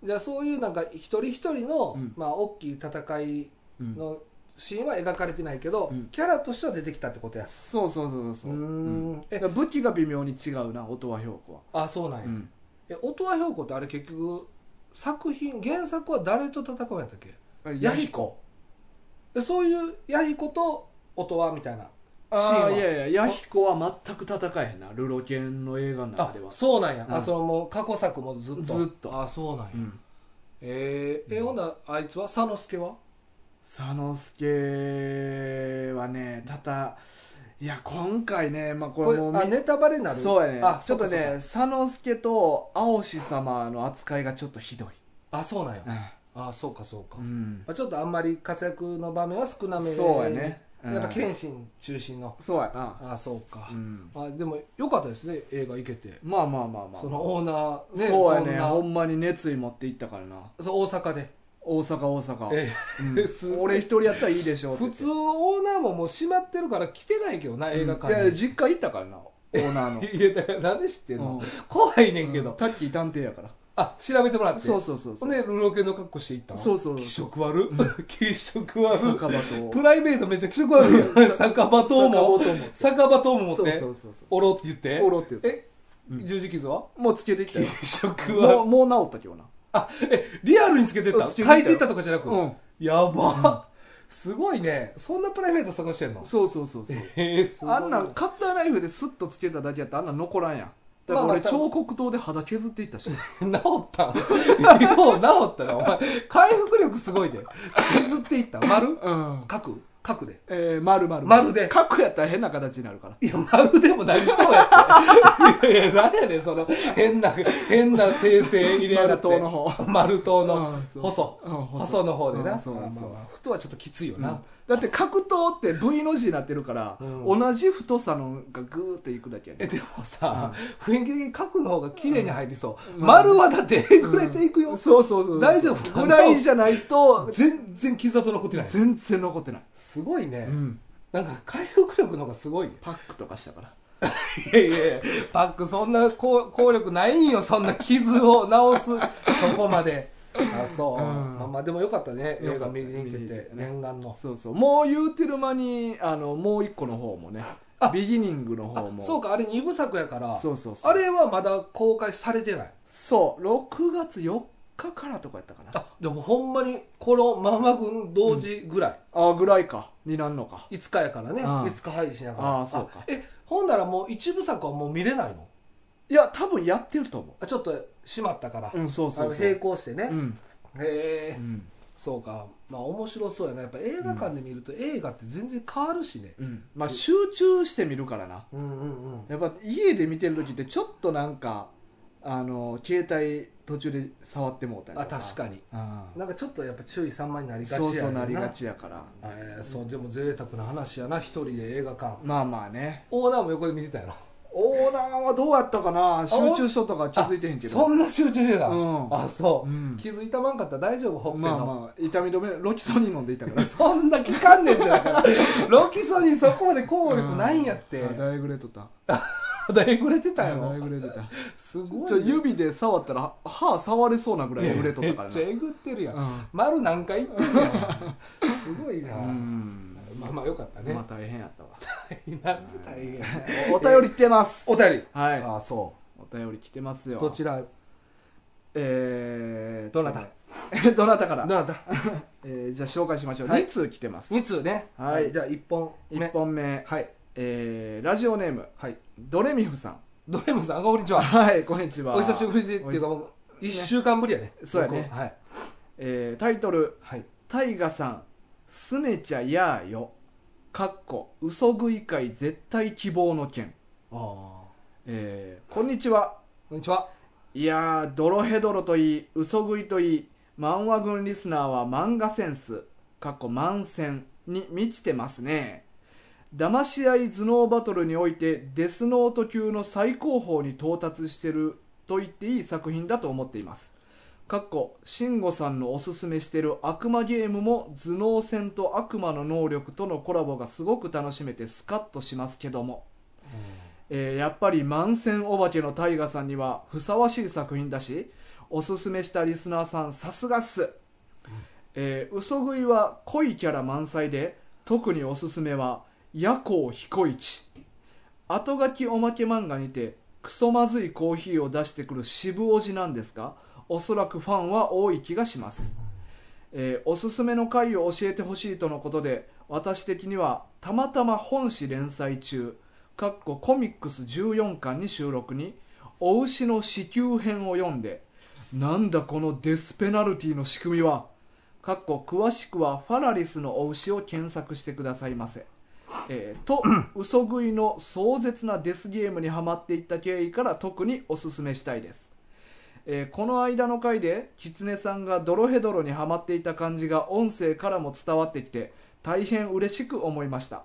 S2: じゃあそういうなんか一人一人の、
S1: うん
S2: まあ、大きい戦い
S1: うん
S2: のシーンは描かれてないけど、
S1: うん
S2: キャラとしては出てきたってことや
S1: そうそうそうそう
S2: うー
S1: うん
S2: ん
S1: だ
S2: え
S1: から武器が微妙に違うな音羽氷子は、
S2: あそうなんや、
S1: うん
S2: え音羽氷子ってあれ結局作品原作は誰と戦うんやったっけヤヒコでそういうヤヒコと音羽みたいなシーン
S1: あ
S2: は
S1: あいやいやヤヒコは全く戦えへんなルロケンの映画の
S2: あ
S1: 中では
S2: そうなんや、
S1: う
S2: あ
S1: ん
S2: そのもう過去作もずっと
S1: ずっと
S2: あそうなんや、
S1: うん
S2: えーえ
S1: うん
S2: ほんならあいつは佐之助は
S1: 佐之助はねただいや今回ねまあこ
S2: こ
S1: れ
S2: れ
S1: もう
S2: あ
S1: み
S2: ネタバレになる
S1: そうやね
S2: あ
S1: ちょっと
S2: そうか
S1: ね佐之助と青志様の扱いがちょっとひどい、
S2: そうかあそうなんや、
S1: う
S2: あそうかそうか、
S1: ん
S2: まあちょっとあんまり活躍の場面は少なめ
S1: そうやねうん
S2: やっぱ謙信中心の
S1: そうやな、
S2: あそうか
S1: う、ん、
S2: あでも良かったですね映画行けて、
S1: まあまあまあまあ
S2: そのオーナーね
S1: そうやね
S2: そ
S1: ほ
S2: んなん
S1: まに熱意持っていったからな
S2: そう大阪で、
S1: 大阪大阪、
S2: え
S1: うん
S2: すごい
S1: 俺一人やったらいいでしょうって
S2: 普
S1: 言って
S2: 通オーナーももう閉まってるから来てないけどな映画
S1: いや
S2: 館
S1: いや
S2: に、
S1: 実家行ったからなオーナーの
S2: いやだからなんで知ってんの、
S1: うん
S2: 怖いねんけど、
S1: タッキー探偵やから
S2: あ調べてもらって
S1: そうそうそう
S2: ほ
S1: そ
S2: ん
S1: う
S2: でルロケンの格好していったの
S1: そうそう
S2: 気色悪、 気色悪
S1: 酒場と
S2: プライベートめっちゃ気色悪いよね酒場と
S1: 酒場
S2: も
S1: と
S2: 酒場とも
S1: も
S2: 持
S1: そ
S2: っ
S1: う
S2: て
S1: そうそうそ
S2: おろって言って
S1: うおろって言って
S2: え、
S1: うん
S2: 十字傷は
S1: もうつけてきたよ
S2: 気色
S1: も
S2: 悪
S1: うもう治ったけどな
S2: あえリアルにつけてった
S1: つけてたよ
S2: 書いていったとかじゃなく、
S1: うん
S2: やば、すごいねそんなプライベート過ごしてんの
S1: そうそうそうそう
S2: えー、すごい
S1: あんなんカッターナイフでスッとつけただけやったらあんなん残らんやんだから
S2: まあまあ
S1: 俺彫刻刀で肌削っていったし
S2: 治 ったんよう治ったなお前回復力すごいで削っていった丸
S1: うん
S2: 角角で
S1: えー、丸丸
S2: 丸で
S1: カッコやったら変な形になるから
S2: いや丸でもなりそうやって いやいや何やねんその変な変な訂正入れやがって
S1: 丸党の方
S2: 丸党の
S1: うんそう
S2: 細、
S1: うん細
S2: 細の方でな、
S1: うんそうそう
S2: まあまあまあ太はちょっときついよな、
S1: だって格闘って V の字になってるから、
S2: うん
S1: 同じ太さのがグーっていくだけやね
S2: えでもさ、雰囲気的に角の方が綺麗に入りそう、
S1: うん
S2: 丸はだってえぐれていくよ、
S1: そうそうそう
S2: 大丈夫
S1: ぐらいじゃないと
S2: 全然傷跡残ってない
S1: 全然残ってない、
S2: すごいね、
S1: うん、
S2: なんか回復力の方がすごいよ
S1: パックとかしたから
S2: いやいやいやパックそんな効効力ないんよそんな傷を治す そこまであそう、
S1: うん
S2: まあまあでもよかったね
S1: よ
S2: 映
S1: か
S2: 画
S1: った
S2: 見に行け
S1: 見に行
S2: て
S1: けてね
S2: 念願の
S1: そうそうもう言うてる間にあのもう一個の方もね
S2: あ
S1: ビギニングの方
S2: あ
S1: も
S2: そうかあれ二部作やから
S1: そうそうそう
S2: あれはまだ公開されてない
S1: そう6月4日からとかやったかな
S2: あでもほんまにこのまんま軍同時ぐらい、
S1: あぐらいかになんのか
S2: いつかやからね、
S1: うん
S2: いつか配信やから
S1: あーそうか
S2: えほんならもう一部作はもう見れないの
S1: いや多分やってると思
S2: あちょっと閉まったから、
S1: ううんそう
S2: あ
S1: そ
S2: の
S1: うそう
S2: 並行してね、
S1: う
S2: へ
S1: ん、
S2: え
S1: うん
S2: そうかまあ面白そうやなやっぱ映画館で見ると映画って全然変わるしね
S1: うん、まあ集中して見るからな
S2: うんうんうん
S1: やっぱ家で見てる時ってちょっとなんかあの携帯途中で触ってもうたり
S2: あ確かに
S1: に
S2: なんかちょっとやっぱ注意散漫になりがちや
S1: そうそう
S2: ねん
S1: なりがちやから
S2: えーそうでも贅沢な話やな一人で映画館
S1: まあまあね
S2: オーナーも横で見てたやろ
S1: オーナーはどうやったかな集中しとったから気づいてへんけ
S2: あそ
S1: ど
S2: んな集中してた、
S1: うん
S2: あそう、
S1: うん
S2: 気づいたまんかったら大丈夫ほっぺの、
S1: まあまあ痛み止めロキソニン飲んでいたから
S2: そんな聞かんねんってだからロキソニンそこまで効力ないんやって
S1: あだいぶれとった
S2: だいぶれてた
S1: だ
S2: やろ
S1: いぶれてた
S2: すごい
S1: ちょ指で触ったらは歯触れそうなぐらい
S2: め
S1: 売れとったから
S2: っ
S1: な
S2: ちゃえぐってるやん、
S1: うん
S2: 丸何回言ってんねんすごいな、
S1: うん
S2: まあまあよかったね、
S1: まあ大変やった わ
S2: なんで大変やね
S1: お便り来てます
S2: お便り
S1: はい
S2: ああそ
S1: お便り来てます
S2: う
S1: よ
S2: どちら
S1: えー、
S2: どなた
S1: た どなたか
S2: ど
S1: ら、
S2: なた
S1: えーじゃあ紹介しましょう、
S2: は
S1: 二
S2: い
S1: 2通来てます
S2: 2通ね
S1: はい
S2: じゃあ1本目
S1: 1本目、
S2: はい
S1: えーラジオネーム
S2: はい
S1: ドレミフさん
S2: ドレムさんあこんにちは
S1: はいこんにちは
S2: お久しぶりでっていうかもう1週間ぶりやね
S1: そうやね
S2: 僕はい
S1: えータイトル
S2: はい
S1: 「タイガさんすねちゃやーよ」かっこ嘘食い会絶対希望の件、
S2: ああこ
S1: えーこんにちは
S2: んにちはい
S1: やードロヘドロといい嘘食いといい漫画軍リスナーは漫画センス過去満戦に満ちてますね騙し合い頭脳バトルにおいてデスノート級の最高峰に到達してると言っていい作品だと思っていますかっこ慎吾さんのおすすめしてる悪魔ゲームも頭脳戦と悪魔の能力とのコラボがすごく楽しめてスカッとしますけどもえーやっぱり満戦お化けの大河さんにはふさわしい作品だしおすすめしたリスナーさんさすがっす、えー嘘食いは濃いキャラ満載で特におすすめは夜行彦一後書きおまけ漫画にてクソまずいコーヒーを出してくる渋おじなんですがおそらくファンは多い気がします、えーおすすめの回を教えてほしいとのことで私的にはたまたま本誌連載中かっこコミックス14巻に収録に「お牛の子宮編」を読んで「なんだこのデスペナルティの仕組みは」かっこ詳しくは「ファラリスのお牛」を検索してくださいませ。えーと嘘食いの壮絶なデスゲームにはまっていった経緯から特におすすめしたいです、えーこの間の回で狐さんがドロヘドロにはまっていた感じが音声からも伝わってきて大変嬉しく思いました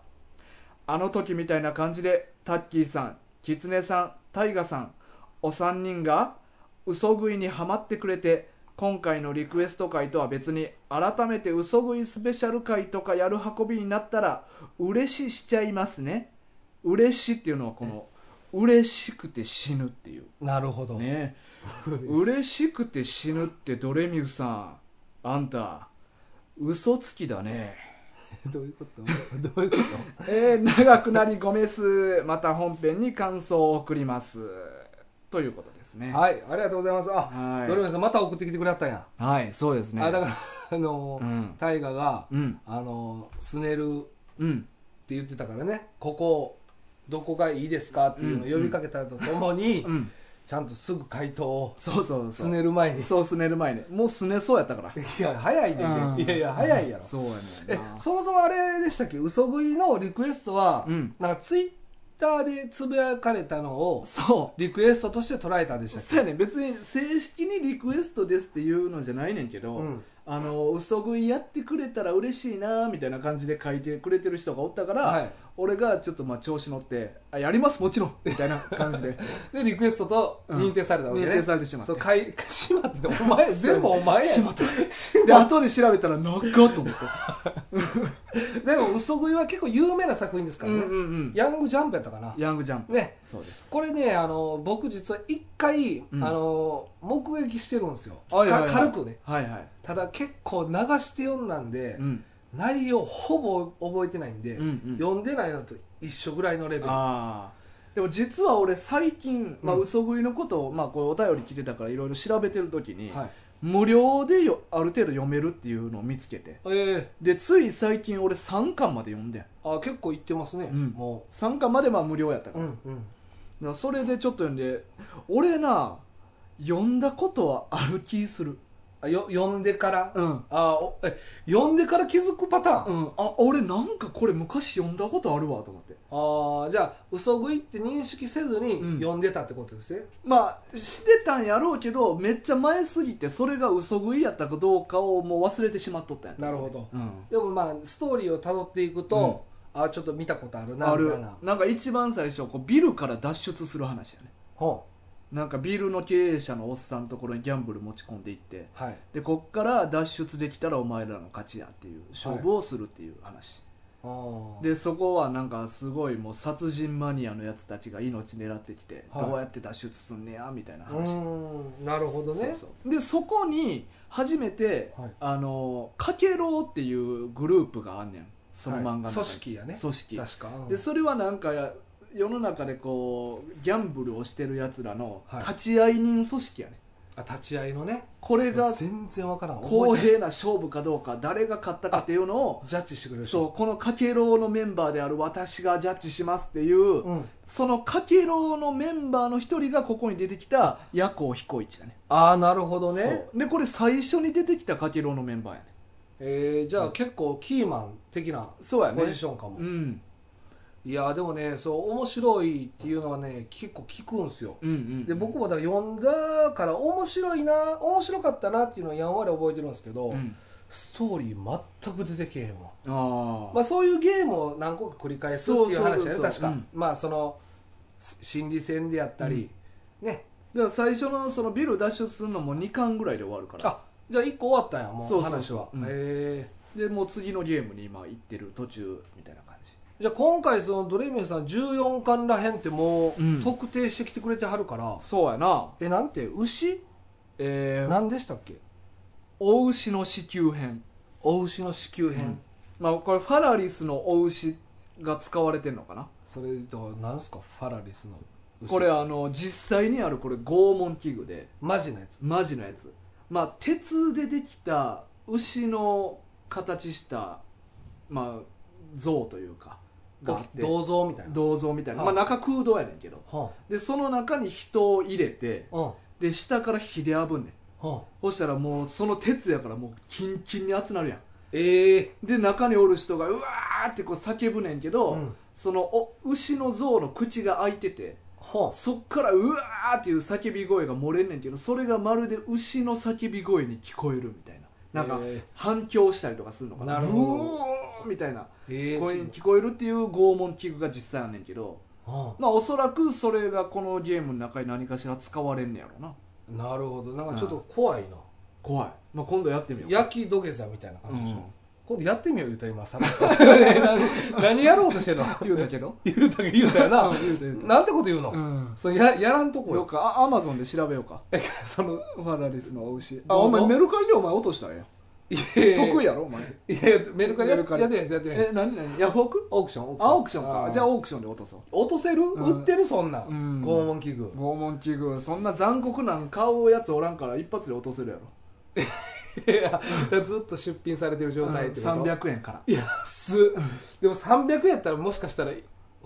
S1: あの時みたいな感じでタッキーさんキツネさんタイガさんお三人が嘘食いにはまってくれて今回のリクエスト会とは別に改めて嘘食いスペシャル会とかやる運びになったら嬉ししちゃいますね嬉しっていうのはこの嬉しくて死ぬっていう
S2: なるほど
S1: ね嬉しくて死ぬってドレミフさんあんた嘘つきだね
S2: どういうこと どういうこ
S1: えー、長くなりごめっすまた本編に感想を送りますということですね
S2: とはいありがとうございますあ
S1: はい
S2: ドレミさんまた送ってきてくれはったんや、
S1: はいそうですね
S2: あだから あの
S1: う
S2: ー
S1: ん
S2: 大我が
S1: うん
S2: あのーすねる
S1: うん
S2: って言ってたからねここどこがいいですかっていうのを呼びかけたとともに、
S1: うん
S2: ちゃんとすぐ回答を
S1: そうそうそ
S2: す
S1: う
S2: ねる前に
S1: そうすねる前にもうすねそうやったから
S2: いや早いで、
S1: うん
S2: いやいや早いやろ、
S1: そうやね
S2: え
S1: んな
S2: そもそもあれでしたっけ嘘食いのリクエストは、
S1: うん
S2: なんかツイッターでつぶやかれたのを
S1: そう
S2: リクエストとして捉えたんでしたっけ
S1: そうやねん別に正式にリクエストですっていうのじゃないねんけど、
S2: うん
S1: あの嘘食いやってくれたら嬉しいなみたいな感じで書いてくれてる人がおったから、
S2: はい
S1: 俺がちょっとまあ調子乗って「あやりますもちろん」みたいな感じで
S2: でリクエストと認定されたわけね、
S1: うん認定されてしまった
S2: そうかい しまっててお前全部お前やん
S1: しまった
S2: し
S1: で
S2: まっ
S1: 後で調べたら「なっか」と思って
S2: でも嘘食いは結構有名な作品ですか
S1: う
S2: ら
S1: ん
S2: ね、
S1: うんうん
S2: ヤングジャンプやったかな
S1: ヤングジャンプ
S2: ね
S1: そうです
S2: これねあの僕実は一回、
S1: うん
S2: あの目撃してるんですよ、
S1: はいはいはい
S2: か軽くね
S1: はいはい
S2: ただ結構流して読んだんで、
S1: うん
S2: 内容ほぼ覚えてないんで、
S1: うんうん
S2: 読んでないのと一緒ぐらいのレベル
S1: ああでも実は俺最近、まあ、
S2: うん
S1: 嘘食いのことを、まあ、こうお便り来てたからいろいろ調べてる時に、
S2: はい
S1: 無料でよある程度読めるっていうのを見つけて
S2: え
S1: でつい最近俺3巻まで読んでん
S2: ー、あ結構いってますね、
S1: うん
S2: も
S1: 3巻までまあ無料やったか
S2: う、
S1: ら,、
S2: んうん、
S1: それでちょっと読んで俺な読んだことはある気する
S2: あよ読んでから、
S1: うん
S2: あおえ読んでから気づくパターン、
S1: うん、あ俺なんかこれ昔読んだことあるわと思って
S2: あーじゃあ嘘食いって認識せずに
S1: うん
S2: 読んでたってことですね、
S1: まあしてたんやろうけどめっちゃ前すぎてそれが嘘食いやったかどうかをもう忘れてしまっとったんや
S2: なるほど
S1: ど、うん、
S2: でもまあストーリーをたどっていくと、あちょっと見たことあるな
S1: あ
S2: みた
S1: る
S2: いな
S1: なんか一番最初こうビルから脱出する話やね
S2: ほ
S1: なんかビルの経営者のおっさんのところにギャンブル持ち込んでいって
S2: うはい
S1: でこっから脱出できたらお前らの勝ちやっていう勝負をするっていう話、
S2: あー
S1: でそこはなんかすごいもう殺人マニアのやつたちが命狙ってきて、
S2: はい
S1: どうやって脱出すんねやみたいな
S2: う
S1: 話、
S2: ーんなるほどね
S1: そうそうでそこに初めて、
S2: はい
S1: あのかけろうっていうグループがあんねんその漫画の中に、
S2: はい組織やね
S1: 組織
S2: 確か、うん
S1: でそれはなんかや世の中でこうギャンブルをしてるやつらの
S2: はい
S1: 立ち会い人組織やね、
S2: あ立ち会いのね
S1: これが
S2: 全然わからん
S1: 公
S2: 覚えてない
S1: 平な勝負かどうか誰が勝ったかっていうのを
S2: ジャッジしてくれる
S1: そう
S2: 人
S1: このかけろうのメンバーである私がジャッジしますっていう、
S2: うん、
S1: そのかけろうのメンバーの一人がここに出てきた夜行彦一やね
S2: ああなるほどね
S1: そうでこれ最初に出てきたかけろうのメンバーやね
S2: えー、じゃあ結構キーマン的な
S1: そうやね
S2: ポジションかも、
S1: うん、
S2: いやーでもねそう面白いっていうのはね結構聞くんすよ
S1: うんうん
S2: で僕もだから読んだから面白いな面白かったなっていうのはやんわり覚えてるんですけど、
S1: うん
S2: ストーリー全く出てけえへんわ、
S1: ああ、
S2: まあ、そういうゲームを何個か繰り返すっていう話だよ
S1: そうそうそうそう
S2: ね確か、
S1: うん
S2: まあそのす心理戦でやったり、ね
S1: だから最初のそのビル脱出するのも2巻ぐらいで終わるから
S2: あじゃあ1個終わったんやもう
S1: そうそうそう
S2: 話は、
S1: うん
S2: へえ
S1: でもう次のゲームに今行ってる途中みたいな感じ
S2: じゃあ今回そのドレミフさん14巻らへんっても
S1: うん
S2: う特定してきてくれてはるから、
S1: そうやな
S2: えなんて牛
S1: えー、
S2: 何でしたっけ
S1: お牛の子宮編、
S2: お牛の子宮編、
S1: まあ、これファラリスのお牛が使われてんのかな
S2: それとなんすかファラリスの牛
S1: これあの実際にあるこれ拷問器具で
S2: マジなやつ
S1: マジのやつまあ鉄でできた牛の形したまあ像というかがあって
S2: 銅像みたいな
S1: 銅像みたいな、まあ、
S2: は
S1: 中空洞やねんけど
S2: は
S1: でその中に人を入れて
S2: あうん
S1: で下から火であぶんねん
S2: はあ
S1: そしたらもうその鉄やからもうキンキンに熱なるやん
S2: ええ
S1: で中におる人がうわーってこう叫ぶねんけど、
S2: うん
S1: そのお牛の像の口が開いてて
S2: は
S1: そっからうわーっていう叫び声が漏れんねんけどそれがまるで牛の叫び声に聞こえるみたいななんか
S2: えー
S1: 反響したりとかするのかな
S2: なるほど
S1: ブオーンみたいな
S2: あええ
S1: 声に聞こえるっていう拷問器具が実際あんねんけど
S2: は
S1: まあおそらくそれがこのゲームの中に何かしら使われんねやろな
S2: あなるほどなんかちょっと怖いな、
S1: 怖い、まあ、今度やってみよう
S2: 焼き土下座みたいな
S1: う
S2: 感じでしょ、
S1: ん
S2: 今度やってみよう言うた今さ ね何何やろうとしてんの
S1: 言うたけど
S2: 言うたけ言うたよな
S1: うん 言うた言うた
S2: なんてこと言うの、
S1: うん
S2: それややらんとこ
S1: どっ
S2: よ
S1: かあアマゾンで調べようか
S2: その
S1: ファラリスの牛あ
S2: ど
S1: お
S2: うぞ
S1: 前メルカリでお前落としたらえ
S2: い
S1: え
S2: や
S1: やん得意やろお前
S2: いやいやメルカリや
S1: メルカリ
S2: やってないですやってないです
S1: え何何ヤフオク
S2: オークションオ
S1: あオークションかじゃあ
S2: あー
S1: オークションで落とそう
S2: 落とせる、
S1: ん
S2: 売ってるそんなん、
S1: うん
S2: 拷問器具
S1: 拷問器具そんな残酷なん買うやつおらんから一発で落とせるやろ
S2: いやずっと出品されてる状態ってこと、
S1: 300円から
S2: 安っでも300円やったらもしかしたら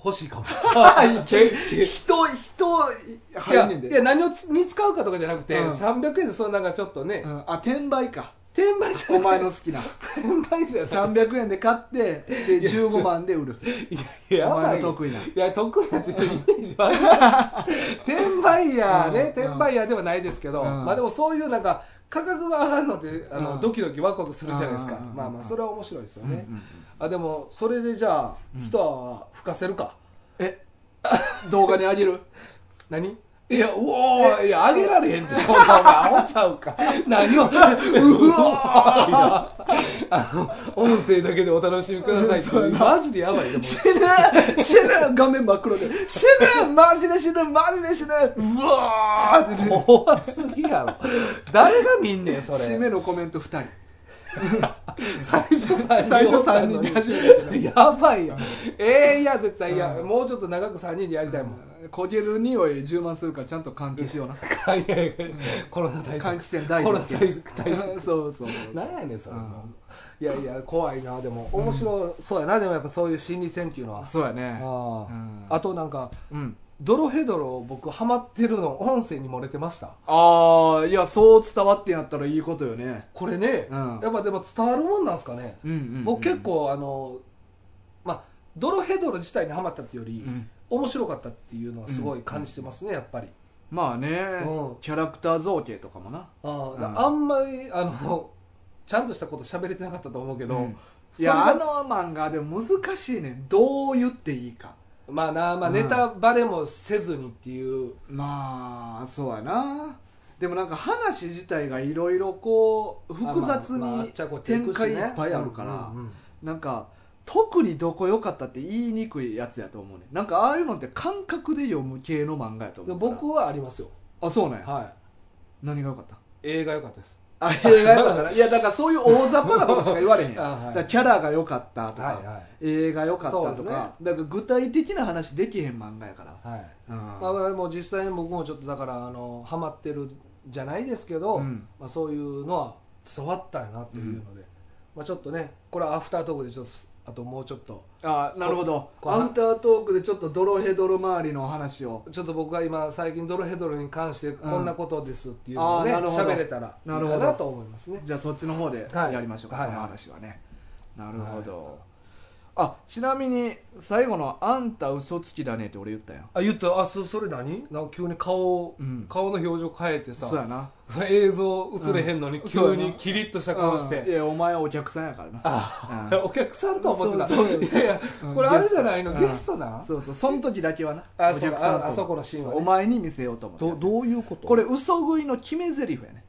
S2: 欲しいかも
S1: はいけ人人
S2: い
S1: 入ん
S2: や
S1: ねん
S2: い
S1: で
S2: や何をつに使うかとかじゃなくて、
S1: うん
S2: 300円でそのなんかちょっとね、
S1: うんあ転売か
S2: 転売じ
S1: お
S2: ゃなく
S1: 前の好きな
S2: て転売じゃな
S1: 300円で買ってで15万で売る
S2: いいやや
S1: お
S2: ば
S1: 前
S2: い
S1: の得意ない
S2: や得意なんてちょっとイメージ悪い 転売ヤーね、
S1: うん
S2: 転売ヤーではないですけど、
S1: うん
S2: まあでもそういうなんか価格が上がるのってあの、
S1: うん
S2: ドキドキワクワクするじゃないですか、
S1: うん
S2: まあまあそれは面白いですよ
S1: うんう
S2: ね、
S1: ん
S2: あでもそれでじゃあ一泡吹かせるか、
S1: え動画にあげる
S2: 何いや、うおーいや、あげられへん って、そんなお前、アホちゃうか。 何を、うおーいや あの、音声だけでお楽しみくださ いって、マジでやばいよ、も
S1: 死ぬ死ぬ画面真っ黒で死ぬマジで死ぬマジで死ぬうわーって
S2: う。怖すぎやろ。誰が見んねん、 それ。
S1: 締めのコメント2人
S2: 最初3人。
S1: 最初3人で始めたけ
S2: やばいよ。えー、いや、絶対いや、もうちょっと長く3人でやりたいもん。
S1: 焦げる匂い充満するからちゃんと換気しよう な
S2: コロナ対
S1: 換
S2: 策。
S1: 気扇大
S2: コ
S1: 事
S2: ロ
S1: で
S2: ナ
S1: すけ
S2: 対策、対策。
S1: どそうそうそう
S2: なんやねんそれ、
S1: うん
S2: いやいや怖いなでも面白そうやな、でもやっぱそういう心理戦っていうのは、
S1: そうやね
S2: ああ
S1: うん
S2: あとなんか
S1: うん
S2: ドロヘドロ僕ハマってるの音声に漏れてました
S1: ああいやそう伝わってんやったらいいことよね
S2: これね、
S1: うん
S2: やっぱでも伝わるもんなんすかね、
S1: うんうんうん
S2: 僕結構あのまあドロヘドロ自体にハマったっていうより、
S1: うん
S2: 面白かったっていうのはすごい感じてますね、やっぱり、
S1: まあね
S2: うん
S1: キャラクター造形とかもな
S2: ああだ
S1: うん
S2: あんまりあのちゃんとしたこと喋れてなかったと思うけど、
S1: うん
S2: そ
S1: い
S2: れが
S1: やあの漫画でも難しいねどう言っていいか
S2: まあな、まあ、
S1: うん
S2: ネタバレもせずにっていう、
S1: まあそうやなでもなんか話自体がいろいろこう複雑
S2: あまあまああ
S1: に
S2: っちゃこっちゃ行
S1: 展
S2: くし
S1: 開
S2: ね
S1: いっぱいあるから
S2: うんうんうん
S1: なんか特にどこ良かったって言いにくいやつやと思うねなんかああいうのって感覚で読む系の漫画やと思
S2: で
S1: うから
S2: 僕はありますよ
S1: あそうね
S2: は
S1: 何が良かった
S2: い映画良かったです
S1: あ映画良かったないやだからそういう大雑把なことしか言われへんやん、
S2: あはい
S1: だからキャラが良かったとか、
S2: はいは
S1: 映画良かった
S2: そ
S1: と
S2: うですね
S1: か、だから具体的な話できへん漫画やから、
S2: はい、
S1: うん
S2: まあ、でも実際に僕もちょっとだからあのハマってるじゃないですけど、
S1: うん
S2: まあ、そういうのは伝わったよなっていうので、まあ、ちょっとねこれはアフタートークでちょっとあともうちょっと
S1: あなるほど
S2: こ
S1: アフタートークでちょっとドロヘドロ周りの話を
S2: ちょっと僕が今最近ドロヘドロに関してこんなことですっていうのをね
S1: あーなるほど
S2: 喋、れたらいいか
S1: なるほ
S2: な
S1: ど
S2: と思いますね
S1: じゃあそっちの方で
S2: はい
S1: やりましょうか、
S2: はい
S1: その話はね、なるほど、あちなみに最後の「あんた嘘つきだね」って俺言ったよ
S2: あ言ったあそそれ何なんか急に顔を、
S1: うん
S2: 顔の表情変えてさ
S1: そうやな
S2: その映像映れへんのに
S1: うん
S2: 急にキリッとした顔し
S1: うんい
S2: て、
S1: やお前はお客さんやからな
S2: あ
S1: う
S2: お客さんと思ってた
S1: そうそう
S2: いやいや
S1: うん
S2: これあれじゃないの
S1: ゲスト
S2: ゲストな
S1: そうそうその時だけはな
S2: あ
S1: お
S2: そう
S1: 客
S2: か
S1: さん
S2: あ
S1: と
S2: あそこのシーンは、ね、
S1: お前に見せようと思って
S2: どどういうこと
S1: これ嘘食いの決め台詞やね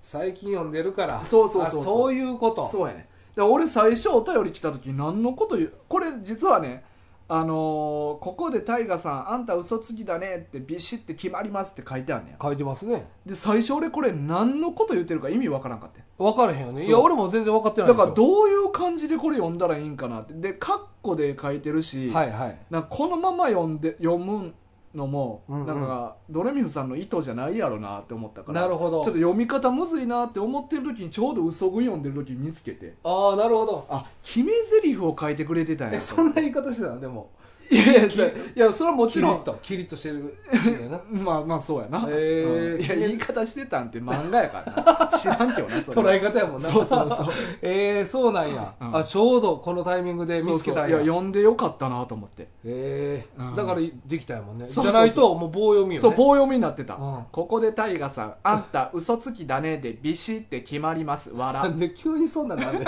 S2: 最近読んでるから
S1: そうそうそうそう
S2: あそういうこと
S1: そうやねで俺最初お便り来た時何のこと言うこれ実はねあのーここでタイガさんあんた嘘つきだねってビシって決まりますって書いてあんねや
S2: 書いてますね
S1: で最初俺これ何のこと言ってるか意味わからんかって
S2: 分からへんよね
S1: そう
S2: いや俺も全然分かってない
S1: だ
S2: です
S1: から
S2: よ
S1: どういう感じでこれ読んだらいいんかなってでカッコで書いてるし、
S2: はいはい
S1: なんかこのまま読んで読むのも、
S2: うんうん
S1: なんかドレミフさんの意図じゃないやろなって思ったから
S2: なるほ
S1: ちょ
S2: ど
S1: っと読み方むずいなって思ってる時にちょうど嘘食い読んでる時に見つけて
S2: ああなるほど
S1: あ決め台詞を書いてくれてたんや
S2: え
S1: と
S2: そんな言い方してたのでも
S1: いやいやそれいやそれはもち
S2: キリ
S1: ろ
S2: ッ
S1: ん
S2: とキリッとしてるシーンやな
S1: まあまあそうやな、
S2: へー
S1: うんいや言い方してたんって漫画やからな知らんけどなそれ
S2: 捉え方やもんな
S1: そうそうそう
S2: えー、そうなんや、
S1: うん
S2: あちょうどこのタイミングで見つけた
S1: そうそう
S2: んや
S1: いや読んでよかったなと思って、
S2: ええ
S1: うん
S2: だからできたやもんね
S1: そうそうそ
S2: じ
S1: う
S2: ゃないともう棒読みよ、ね、
S1: そう棒読みになってた、
S2: うん
S1: ここでタイガさん「あんた嘘つきだね」でビシって決まります
S2: な
S1: 笑
S2: んで 急にそんなんなんで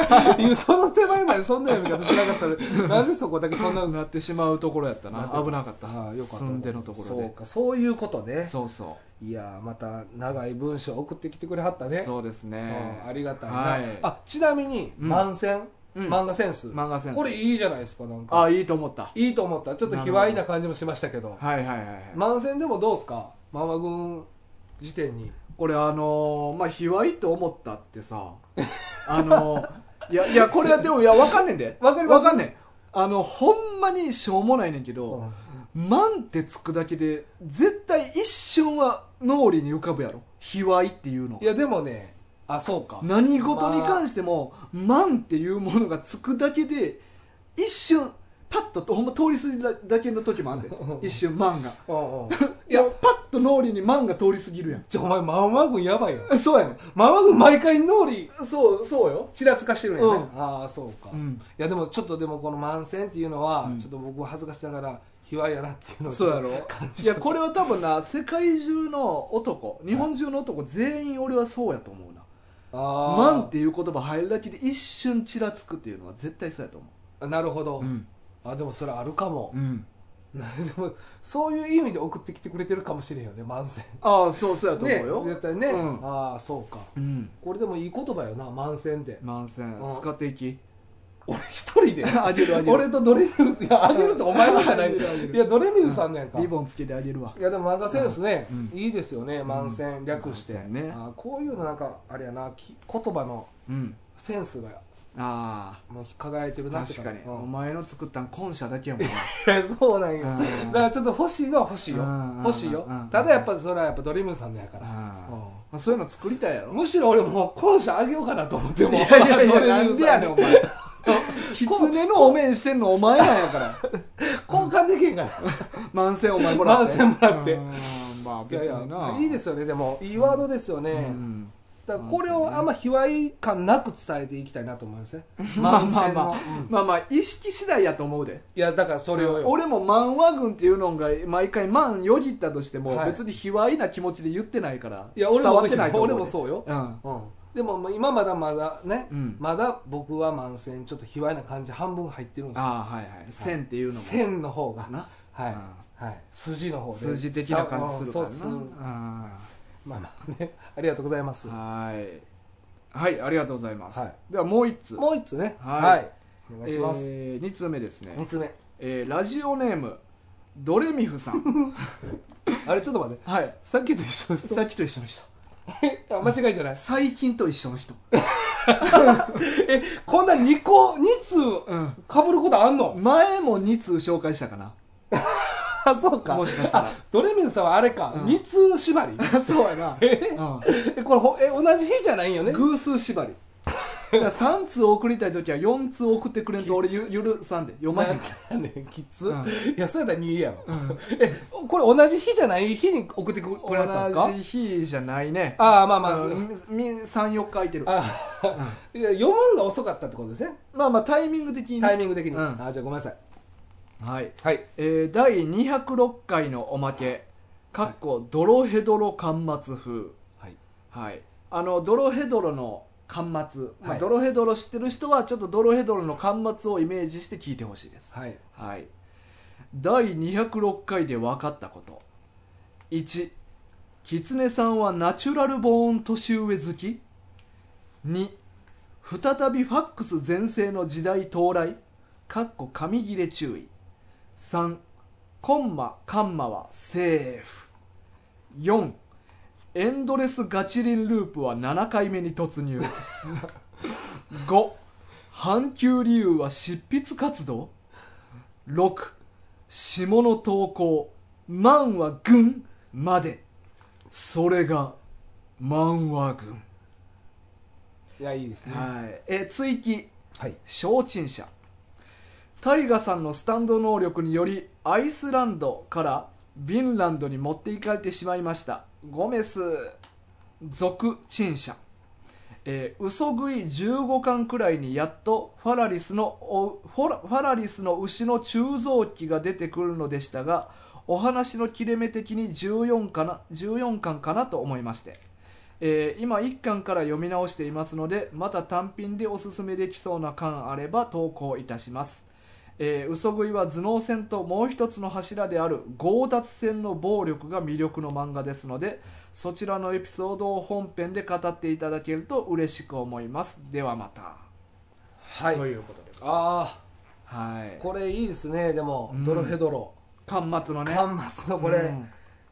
S2: その手前までそんな読み方しなかったのになんでそこだけそん な
S1: なってしまうところやったな
S2: なる
S1: 危なかった
S2: ああよかった
S1: 住んでのところ
S2: そう
S1: で
S2: かそういうことね
S1: そうそ
S2: いやーまた長い文章送ってきてくれはった
S1: う
S2: ね
S1: そうです
S2: うんあ
S1: ね
S2: りがたいな、
S1: はい
S2: あちなみに「
S1: うん
S2: 万戦、
S1: うん
S2: 漫画センス」
S1: 漫画センス
S2: これいいじゃないですかなんか
S1: あいいと思った
S2: いいと思ったちょっと卑猥な感じもしましたけど
S1: はいはいはいはい
S2: 万戦でもどうですか漫画軍時点に
S1: これあのーまあ卑猥と思ったって さあのーいやいやこれはでもいやわかんねんで
S2: わかります
S1: わかんねんあのほんまにしょうもないねんけ
S2: う
S1: ど
S2: ん
S1: 「万、ってつくだけで絶対一瞬は脳裏に浮かぶやろ卑猥っていうの
S2: いやでもねあそうか
S1: 何事に関しても「万」っていうものがつくだけで一瞬パッとほんま通り過ぎだけの時もあ んで一瞬「万」が
S2: うんうん
S1: いやパッと脳裏に「万」が通り過ぎるやん
S2: じゃあお前漫画軍やばいよ
S1: そうやね
S2: 漫画軍毎回脳裏
S1: んそうそうよ
S2: ちらつかしてるんやね、
S1: う
S2: ああそうか、
S1: う
S2: い
S1: ん
S2: やでもちょっとでもこの万戦っていうのは、
S1: うん
S2: ちょっと僕は恥ずかしながら卑猥やなっていうのを
S1: そうやろい
S2: じちゃ
S1: や
S2: った
S1: これは多分な世界中の男日本中の男全員俺はそうやと思うな「
S2: あ
S1: 万」っ
S2: ー
S1: ていう言葉入るだけで一瞬ちらつくっていうのは絶対そうやと思
S2: なるほど、
S1: ううん
S2: あでもそれあるかも
S1: う、ん
S2: でもそういう意味で送ってきてくれてるかもしれんよね万戦
S1: ああそうそうやと思うよ、
S2: ね絶対ね、
S1: うん
S2: ああそうか
S1: うん
S2: これでもいい言葉よな万戦って
S1: 万千
S2: うん
S1: 使っていき
S2: 俺一人 で
S1: あげるあげる
S2: 俺とドレミウスいやあげるとお前のじゃな
S1: あ
S2: い
S1: げるあげる
S2: いやドレミウスさんのやんか、
S1: リボンつけてあげるわ
S2: いやでも漫画センスね、
S1: うん
S2: いいですよね万戦、略して、
S1: 万戦ね
S2: あーこういうのなんかあれやなき言葉の
S1: うん
S2: センスが
S1: あ
S2: もう輝いてる
S1: あ
S2: なって
S1: 確かに、
S2: うん
S1: お前の作ったん今社だけやもんな
S2: いや そうなんよ
S1: うん
S2: だからちょっと欲しいのは欲しいよ
S1: うん
S2: 欲しいよ
S1: うん
S2: ただやっぱそれはやっぱドリームさんのやから
S1: あー
S2: うん
S1: まあ、そういうの作りたいやろ
S2: むしろ俺もう今社あげようかなと思っても
S1: いやいやいや
S2: ドレミウスさ
S1: なんでや
S2: に
S1: ねん お前狐のお面してんのお前なんやから
S2: 交換できへんかな
S1: 万千お前もらって
S2: 万千もらって
S1: うんまあ
S2: いや
S1: 別
S2: い
S1: にな
S2: や
S1: い
S2: いいですよねでもいいワードですよね、
S1: うん
S2: だからこれをあんま卑猥感なく伝えていきたいなと思いますね
S1: まあまあ
S2: 万全
S1: ま
S2: の
S1: あ
S2: うん
S1: まあまあ意識次第やと思うで
S2: いやだからそれをよ
S1: 俺も漫画軍っていうのが毎回万よぎったとしても
S2: はい
S1: 別に卑猥な気持ちで言ってないから
S2: いや俺
S1: 伝
S2: も
S1: わってないと思う
S2: 俺もそうよ、
S1: うん
S2: うん、でもまあ今まだまだね、
S1: うん
S2: まだ僕は満戦ちょっと卑猥な感じ半分入ってるんですよ
S1: ああはいはい線っていうのも
S2: 線の方が
S1: な
S2: はい、
S1: う
S2: はい、筋の方で
S1: 数字的な感じするから
S2: そうそう
S1: な
S2: まあまあね ありがとうございます
S1: うん
S2: も
S1: はいはいありがとうございます
S2: はい
S1: ではもう一つ
S2: う一つね
S1: はい
S2: お願いします、
S1: えー二通目です
S2: 二
S1: ね
S2: つ目
S1: えーラジオネームドレミフさん
S2: あれちょっと待って
S1: はい
S2: さっきと一緒の人
S1: さっきと一緒の人
S2: あ間違いじゃない
S1: 最近と一緒の人
S2: えこんな2個2通
S1: うん
S2: かぶることあんの、
S1: 前も2通紹介したか な
S2: あそうか
S1: もしかしたら
S2: あドレミルさんはあれか、
S1: うん
S2: 二通縛り
S1: そうやな、
S2: え
S1: う
S2: えこれほえ同じ日じゃないんよね
S1: ん、偶数縛 りだから3通送りたい時は4通送ってくれんと俺ゆ許さんで読まへん
S2: なんやねんきつ、
S1: うん
S2: いやそれだ2やろ、
S1: ん
S2: えこれ同じ日じゃない日に送ってくこれだったんですか
S1: 同じ日じゃないね
S2: ああまあまあ、そう
S1: 34日空いてる
S2: あーいや読むんが遅かったってことですね
S1: まあまあタイミング的にね
S2: タイミング的に、
S1: うん
S2: あーじゃあごめんなさい
S1: はい、
S2: はい
S1: えー第206回のおまけかっこドロヘドロ巻末風
S2: はい
S1: はいあのドロヘドロの巻末、まあ
S2: はい
S1: ドロヘドロ知ってる人はちょっとドロヘドロの巻末をイメージして聞いてほしいです
S2: はい
S1: はい、第206回で分かったこと1狐さんはナチュラルボーン年上好き2再びファックス全盛の時代到来かっこ紙切れ注意3コンマカンマはセーフ4エンドレスガチリンループは7回目に突入5半球理由は執筆活動6下の投稿万は軍までそれが万は軍
S2: いやいいですね
S1: はいえ追記
S2: はい
S1: 承陳者タイガさんのスタンド能力によりアイスランドからビンランドに持っていかれてしまいましたゴメス属陳謝えー、嘘食い15巻くらいにやっとファラリスのおフォラファラリスの牛の鋳造機が出てくるのでしたがお話の切れ目的に14かな14巻かなと思いましてえー今1巻から読み直していますのでまた単品でおすすめできそうな巻あれば投稿いたします、ええー嘘食いは頭脳戦ともう一つの柱である強奪戦の暴力が魅力の漫画ですのでそちらのエピソードを本編で語っていただけると嬉しく思いますではまた、
S2: はい
S1: ということでございます
S2: あ
S1: はい
S2: あこれいいですねでも、
S1: うん
S2: ドロヘドロ
S1: 巻末のね
S2: 巻末のこれ、
S1: うん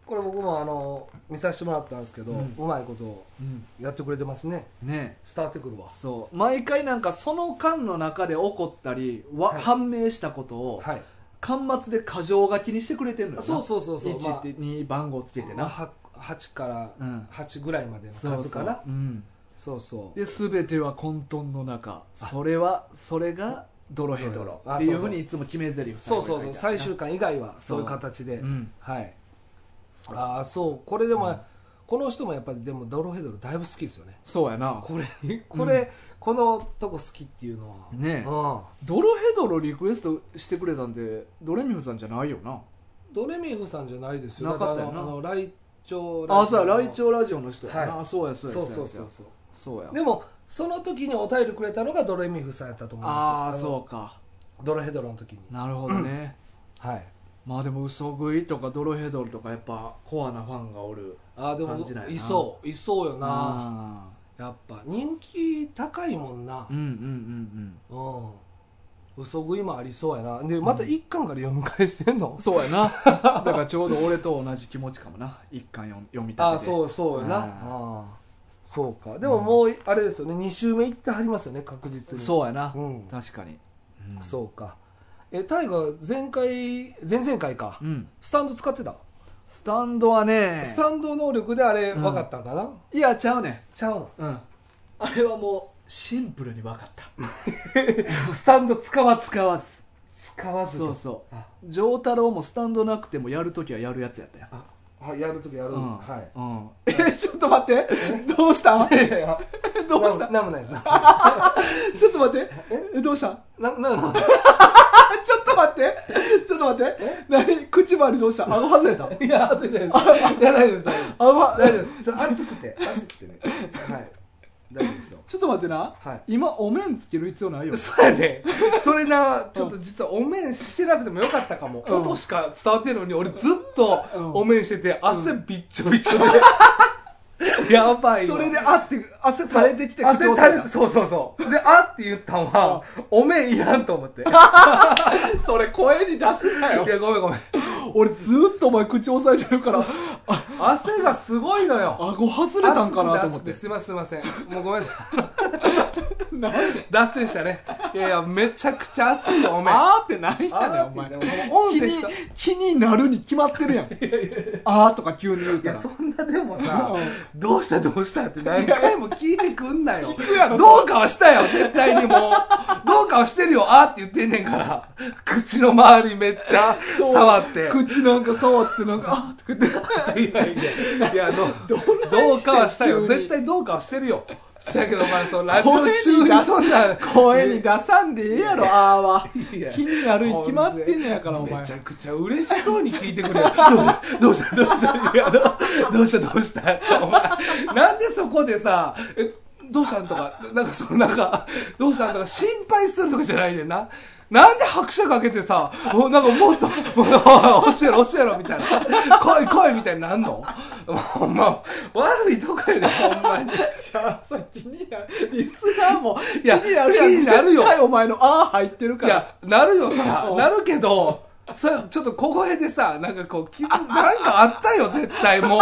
S2: これ僕もあの見させてもらったんですけど、
S1: う
S2: うんまいこと
S1: うん
S2: やってくれてますね
S1: ね
S2: 伝わってくるわ
S1: そう毎回なんかその間の中で起こったりわ、
S2: はい
S1: 判明したことを
S2: はい
S1: 巻末で箇条書きにしてくれてるのよな
S2: そうそうそうそう
S1: 1って2番号つけて
S2: まあ
S1: な、
S2: は8から
S1: うん
S2: 8ぐらいまでの
S1: そう
S2: 数
S1: そ
S2: か
S1: う
S2: な
S1: うん
S2: そうそう
S1: で全ては混沌の中それはそれがドロヘドロ
S2: あ
S1: っていう
S2: そう
S1: ふ
S2: そう
S1: うにいつも決め台詞
S2: そうそうそう最終
S1: 回
S2: 巻以外は
S1: そう
S2: そういう形で
S1: うん
S2: はい
S1: そう
S2: ああそうこれでも、
S1: うん
S2: この人もやっぱりでもドロヘドロだいぶ好きですよね
S1: そうやな
S2: これこれ、このとこ好きっていうのは
S1: ねえ
S2: うん
S1: ドロヘドロリクエストしてくれたんでドレミフさんじゃないよな
S2: ドレミフさんじゃないですよ
S1: なかったよな
S2: だらあのあの来鳥
S1: あそうや
S2: の
S1: 来鳥ラジオの人や
S2: は
S1: なあそうやそうや
S2: そうそう
S1: そ
S2: そうう
S1: や
S2: そう
S1: そうや
S2: でもその時にお便りくれたのがドレミフさんやったと思い
S1: あ
S2: ま
S1: あ
S2: す
S1: そうか
S2: うドロヘドロの時に
S1: なるほどね
S2: はい
S1: まあでも嘘食いとかドロヘドロとかやっぱコアなファンがおる
S2: ああで
S1: 感
S2: も
S1: じなんやない
S2: そういそうよな
S1: あ
S2: やっぱ人気高いもんな
S1: ーうんうんうん
S2: うん嘘食いもありそうやなでまた一巻から読み返してんの
S1: うん、そうやな だからちょうど俺と同じ気持ちかもな一巻読み読み立てて
S2: ああそうそうやな
S1: あ
S2: あ
S1: ー
S2: あそうかでももうあれですよね2週目いってはりますよね確実に
S1: そうやな、
S2: うん
S1: 確かに、うん、
S2: そうかえタイガー前回前々回か、
S1: うん
S2: スタンド使ってた、
S1: スタンドはね
S2: スタンド能力であれ
S1: うん
S2: 分かったんかな、
S1: いやちゃうね
S2: ちゃうの
S1: んうんあれはもうシンプルに分かった
S2: スタンド使わず
S1: 使わず
S2: 使わず
S1: そうそ
S2: あ
S1: う丈太郎もスタンドなくてもやるときはやるやつやったよ
S2: ああやるときやる、
S1: うん
S2: はい
S1: うん、えちょっと待ってどうしたん
S2: いやいや
S1: どうした
S2: なんもなんもないですな
S1: ちょっと待ってえどうしたん
S2: ななんもな
S1: あちょっと待ってちょっと待って何口周りどうした顎外れた
S2: いいや熱いですいや大丈夫です
S1: あま
S2: 大丈夫ですちょっと熱くて熱くてねはい大丈夫ですよ
S1: ちょっと待ってな、
S2: はい
S1: 今お面つける必要ないよ
S2: そうやねそれなちょっと実はお面してなくてもよかったかも、
S1: うん
S2: 音しか伝わってるのに俺ずっと
S1: うん
S2: お面してて汗びっちょびちょで、 やばい
S1: そ
S2: わ
S1: れであって汗されてきて
S2: 汗
S1: 口を
S2: 垂
S1: 押
S2: れ
S1: さ
S2: て
S1: え
S2: そうそうそうであって言ったんは、お面いらんと思 ってい
S1: たそれ声に出すなよ
S2: やごめんごめん
S1: 俺ずーっとお前口押さえてるからあ
S2: 汗がすごいのよ
S1: 顎外れたんかなと思
S2: 熱
S1: っ
S2: く
S1: て
S2: 熱くすいませんすいませんもうごめんなさい
S1: なんで
S2: 脱線したねいやいやめちゃくちゃ熱いよお面
S1: あーってないやねん
S2: あ
S1: お
S2: ーって言
S1: 前
S2: ってもう音
S1: 気
S2: 声
S1: に
S2: しか
S1: 気になるに決まってるやんあーとか急に言う
S2: い
S1: た
S2: や
S1: ら
S2: そんなでもさ
S1: うん
S2: どうしたどうしたって何回も聞いてくんなよ
S1: くやろ
S2: どうかはしたよ絶対にもうどうかはしてるよあーって言ってんねんから口の周りめっちゃ触って
S1: 口なんか触ってなんかあーとか言って
S2: いやいやいやどうど
S1: な
S2: うん
S1: して
S2: かはした
S1: 急
S2: よ
S1: に
S2: 絶対どうかはしてるよそやけどお前そのラジオ中にそんな
S1: 声に出さんでええやろあーはい
S2: や
S1: 気になるに決まってんねやからお前
S2: めちゃくちゃ嬉しそうに聞いてくれよ どうしたどうしたいやどうどうしたどうしたお前なんでそこでさえどうしたんとかなんかそのなんかどうしたんとか心配するとかじゃないねんななんで拍車かけてさ、おなんかもっと、もっと、おしやろ、おしやろ、みたいな。来い来い、みたいになんのほんま、悪いとこやで、ほんまに。
S1: じゃあさ気になるリスナーも気になる
S2: 気になるよ
S1: 絶対お前の「あ」入ってるか
S2: い
S1: ら
S2: や、なるよ、そら
S1: う。ん
S2: なるけど、さ、ちょっと小声でさ、なんかこう、 気づ、なんかあったよ、絶対もう。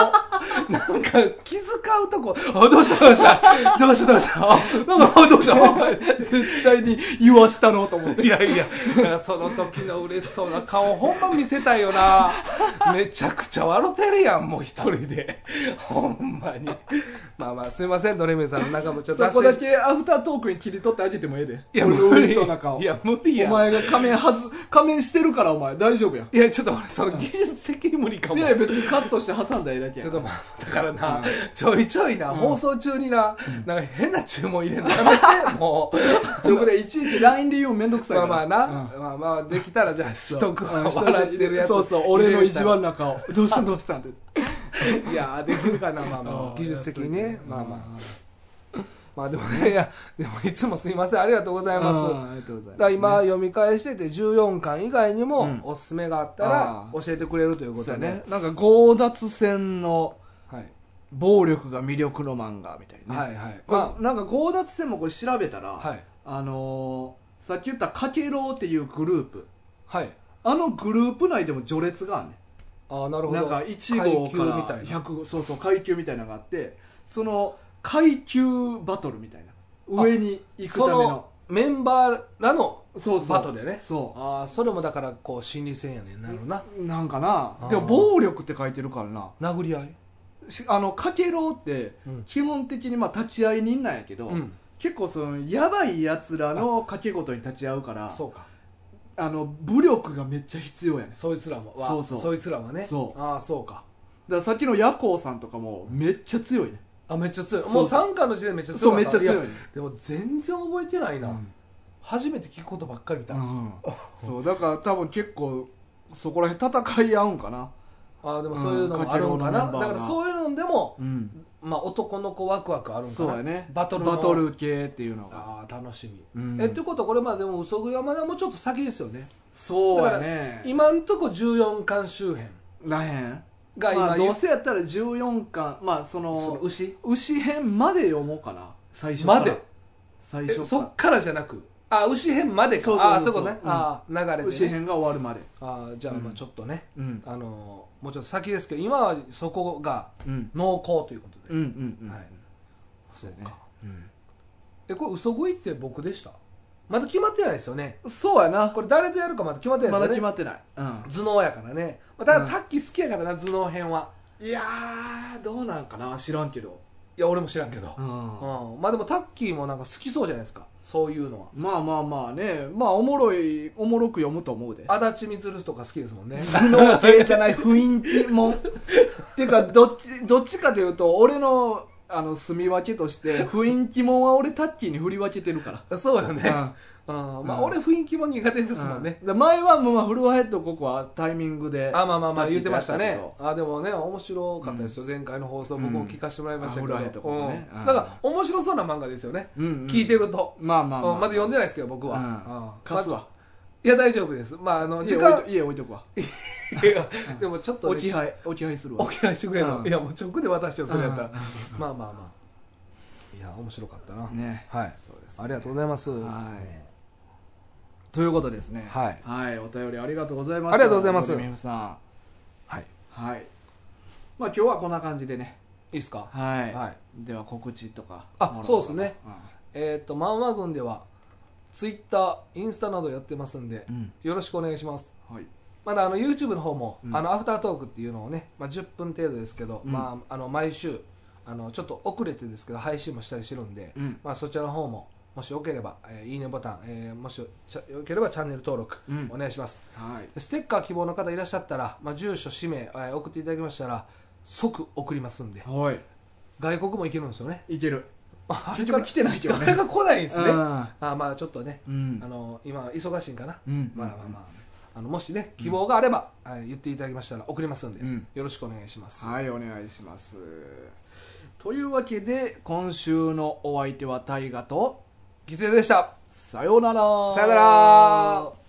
S2: なんか、気遣うとこ、あ、どうしたどうしたどうしたどうしたあ、なんかあどうした
S1: 絶対に言わしたのと 思って
S2: いやいや、だからその時の嬉しそうな顔、ほんま見せたいよな。めちゃくちゃ笑ってるやん、もう一人で。ほんまに。まあまあ、すいません、ドレミさん。なんかもうちょっと
S1: そこ
S2: 脱線
S1: だけ
S2: し
S1: アフタートークに切り取ってあげてもええで
S2: いや、
S1: 俺の
S2: 無
S1: 嬉
S2: 理。
S1: しそうな顔
S2: いや、無理や
S1: お
S2: ん。
S1: 前が仮面はず仮面してるからお前大丈夫や
S2: いや、ちょっと俺、その技術的に無理かも。
S1: いやいや別にカットして挟んだらええだけ
S2: ちょ
S1: や
S2: っとまあ、だから
S1: う
S2: な、
S1: ん
S2: ちょいちょいな、
S1: ん
S2: 放送中にな、なんか変な注文入れんのやめて、もう。
S1: それぐらいいちいち LINE で言うのめんどくさい
S2: ま
S1: か
S2: あ
S1: ら
S2: まあな、まあまあ、できたらじゃあ、しとく
S1: うん
S2: わ笑ってるやつ。
S1: そうそう俺の意地悪な顔どうしたんどうしたんって
S2: いや、できるかな、まあま
S1: うん
S2: あ、技術的にね、まあまあ。まあでもね、いや、でもいつもすいません、ありがとうございます。
S1: うんありがとうございま
S2: だから
S1: す。
S2: 今読み返してて14巻以外に
S1: う
S2: も
S1: ん
S2: おすすめがあった
S1: あ
S2: ら
S1: ー
S2: 教えてくれるというこ
S1: そう
S2: と
S1: や
S2: で、
S1: ね。なんか強奪戦の
S2: はい、
S1: 暴力が魅力の漫画みたいな、ね
S2: はいはい
S1: これ
S2: ま
S1: なんか強奪戦もこれ調べたら、
S2: あはい
S1: あのーさっき言ったかけろうっていうグループ
S2: はい
S1: あのグループ内でも序列があんね
S2: ああなる
S1: ん
S2: ほ
S1: な
S2: ど
S1: んか1号か
S2: 階級みた
S1: ら
S2: いな
S1: 100そうそう階級みたいなのがあってその階級バトルみたいな上に行くた
S2: そ
S1: めの
S2: のメンバーらの
S1: そうそう
S2: バトルやね
S1: そ
S2: ああそれもだからこう心理戦やねんなるほどな
S1: うなんかな
S2: あー
S1: でも暴力って書いてるからな
S2: 殴り合い
S1: しあのかけろうって
S2: うん
S1: 基本的にまあ立ち会い人なんやけど、
S2: うん
S1: 結構そのやばいやつらの賭け事に立ち会うから
S2: そうか
S1: あの武力がめっちゃ必要やねんだか
S2: そいつらもは
S1: そうそう
S2: そいつらはね
S1: そう
S2: ああそうから
S1: さっきの夜行さんとかもめっちゃ強いね
S2: あめっちゃ強い
S1: そう
S2: もう3巻の時点でめっちゃ強
S1: そう
S2: か
S1: め
S2: っ
S1: ったちゃ強い
S2: や
S1: ね
S2: でも全然覚えてないな、
S1: うん
S2: 初めて聞くことばっかりみたいな、
S1: うんそうだから多分結構そこら辺戦い合うんかな
S2: ああでもそういうのもあるんか
S1: うんかけろのメン
S2: な、
S1: バーが
S2: だからそういうのでも
S1: うん
S2: まあ、男の子ワクワクあるんかな
S1: そうやね
S2: バトルの
S1: バトル系っていうのが
S2: ああ楽しみ、
S1: うん
S2: えってことはこれまあでも嘘食いはまだもうちょっと先ですよね
S1: そうやね
S2: 今んとこ14巻周辺
S1: らへん
S2: が今、
S1: まあどうせやったら14巻まあそ
S2: その
S1: の
S2: 牛
S1: 牛編まで読もうかな最初から
S2: まで
S1: 最
S2: え
S1: 初
S2: そ
S1: か
S2: っからじゃなくあ牛編までか
S1: そうそうそう
S2: ああそういうことね、
S1: うん
S2: ああ流れで、
S1: ら
S2: ね、
S1: 牛編が終わるまで
S2: ああじゃあまあちょっとね、
S1: うん
S2: あのーもうちょっと先ですけど今はそこが
S1: うん
S2: 濃厚ということ
S1: う
S2: で、
S1: んうんうん
S2: はい
S1: そうやね
S2: そうか
S1: うん
S2: えこれ嘘食いって僕でしたまだ決まってないですよね
S1: そうやな
S2: これ誰とやるかまだ決まってな
S1: ま
S2: いで
S1: だ決
S2: すよね、
S1: まってない、う
S2: 頭脳やからね、まあ、た
S1: う
S2: だ
S1: ん
S2: タッキー好きやからな頭脳編は、
S1: ん、いやーどうなんかな知らんけど、
S2: いや俺も知らんけど、
S1: う
S2: うん
S1: ん、
S2: まあでもタッキーもなんか好きそうじゃないですかそういうのは
S1: まあまあまあねまあおもろいおもろく読むと思うで
S2: 足立みつるとか好きですもんね
S1: 脳系じゃない雰囲気もん っていうかどっちどっちかというと俺のあの住み分けとして雰囲気もんは俺タッキーに振り分けてるから
S2: そうよね、
S1: うん
S2: うんま
S1: うん
S2: あ俺雰囲気も苦手ですもんね、
S1: うんで前はもうまあフルヘッドここはタイミングで
S2: あまあまあまあ
S1: タッキ
S2: 言っ
S1: ー
S2: て
S1: と
S2: ま
S1: や
S2: し
S1: け
S2: た
S1: ど
S2: ねあでもね面白かったですよ、前回の放送僕も聞かせてもらいましたけど、
S1: うんあ裏へとかもね
S2: う
S1: うん
S2: んだから面白そうな漫画ですよね、
S1: うんうん
S2: 聞いてると、
S1: まあまあまあ、
S2: うんまだ読んでないですけど僕は、
S1: う
S2: うんん
S1: 貸すわ
S2: いや大丈夫ですまああの
S1: 家置
S2: 時
S1: いと
S2: 間
S1: 家置いとくわ
S2: いやでもちょっと、
S1: 置
S2: ね、
S1: き配置き配するわ
S2: 置き配してくれの、
S1: うん
S2: いやもう直で渡してよそれやったら、
S1: うん
S2: まあまあまあいや面白かったな、
S1: ね
S2: はい
S1: そうですね
S2: ありがとうございます
S1: はいということですね
S2: はい
S1: はい、お便りありがとうございました
S2: ありがとうございます
S1: 森美穂さん
S2: はい
S1: はいまあ今日はこんな感じでね
S2: いいっすか
S1: はい、
S2: はい
S1: では告知とか
S2: あ
S1: もらおかな
S2: そうですねえっ、と漫画軍ではツイッターインスタなどやってますんで、
S1: うん
S2: よろしくお願いします
S1: うんはい
S2: まだあの YouTube の方も、
S1: うん
S2: あのアフタートークっていうのをね、まあ、10分程度ですけど、
S1: うん
S2: まあ、あの毎週あのちょっと遅れてですけど配信もしたりしてるんで、
S1: うん
S2: まあ、そちらの方ももしよければ、えーいいねボタン、えーもしよちゃよければチャンネル登録、
S1: うん
S2: お願いします
S1: はい
S2: ステッカー希望の方いらっしゃったら、まあ、住所氏名、えー送っていただきましたら即送りますんで
S1: はい
S2: 外国も行けるんですよね
S1: いける
S2: あ
S1: 結局来てないけど
S2: なか
S1: ね
S2: なか来ないんですね、
S1: うん
S2: あまあちょっとね、
S1: うん
S2: あの今忙しいんかな、
S1: うん
S2: まあまあまああのもしね希望があれば、あ言っていただきましたら送りますんで、
S1: うん
S2: よろしくお願いします、
S1: はいお願いしますというわけで今週のお相手は大ガと
S2: ギツネでした
S1: さようなら
S2: さよなら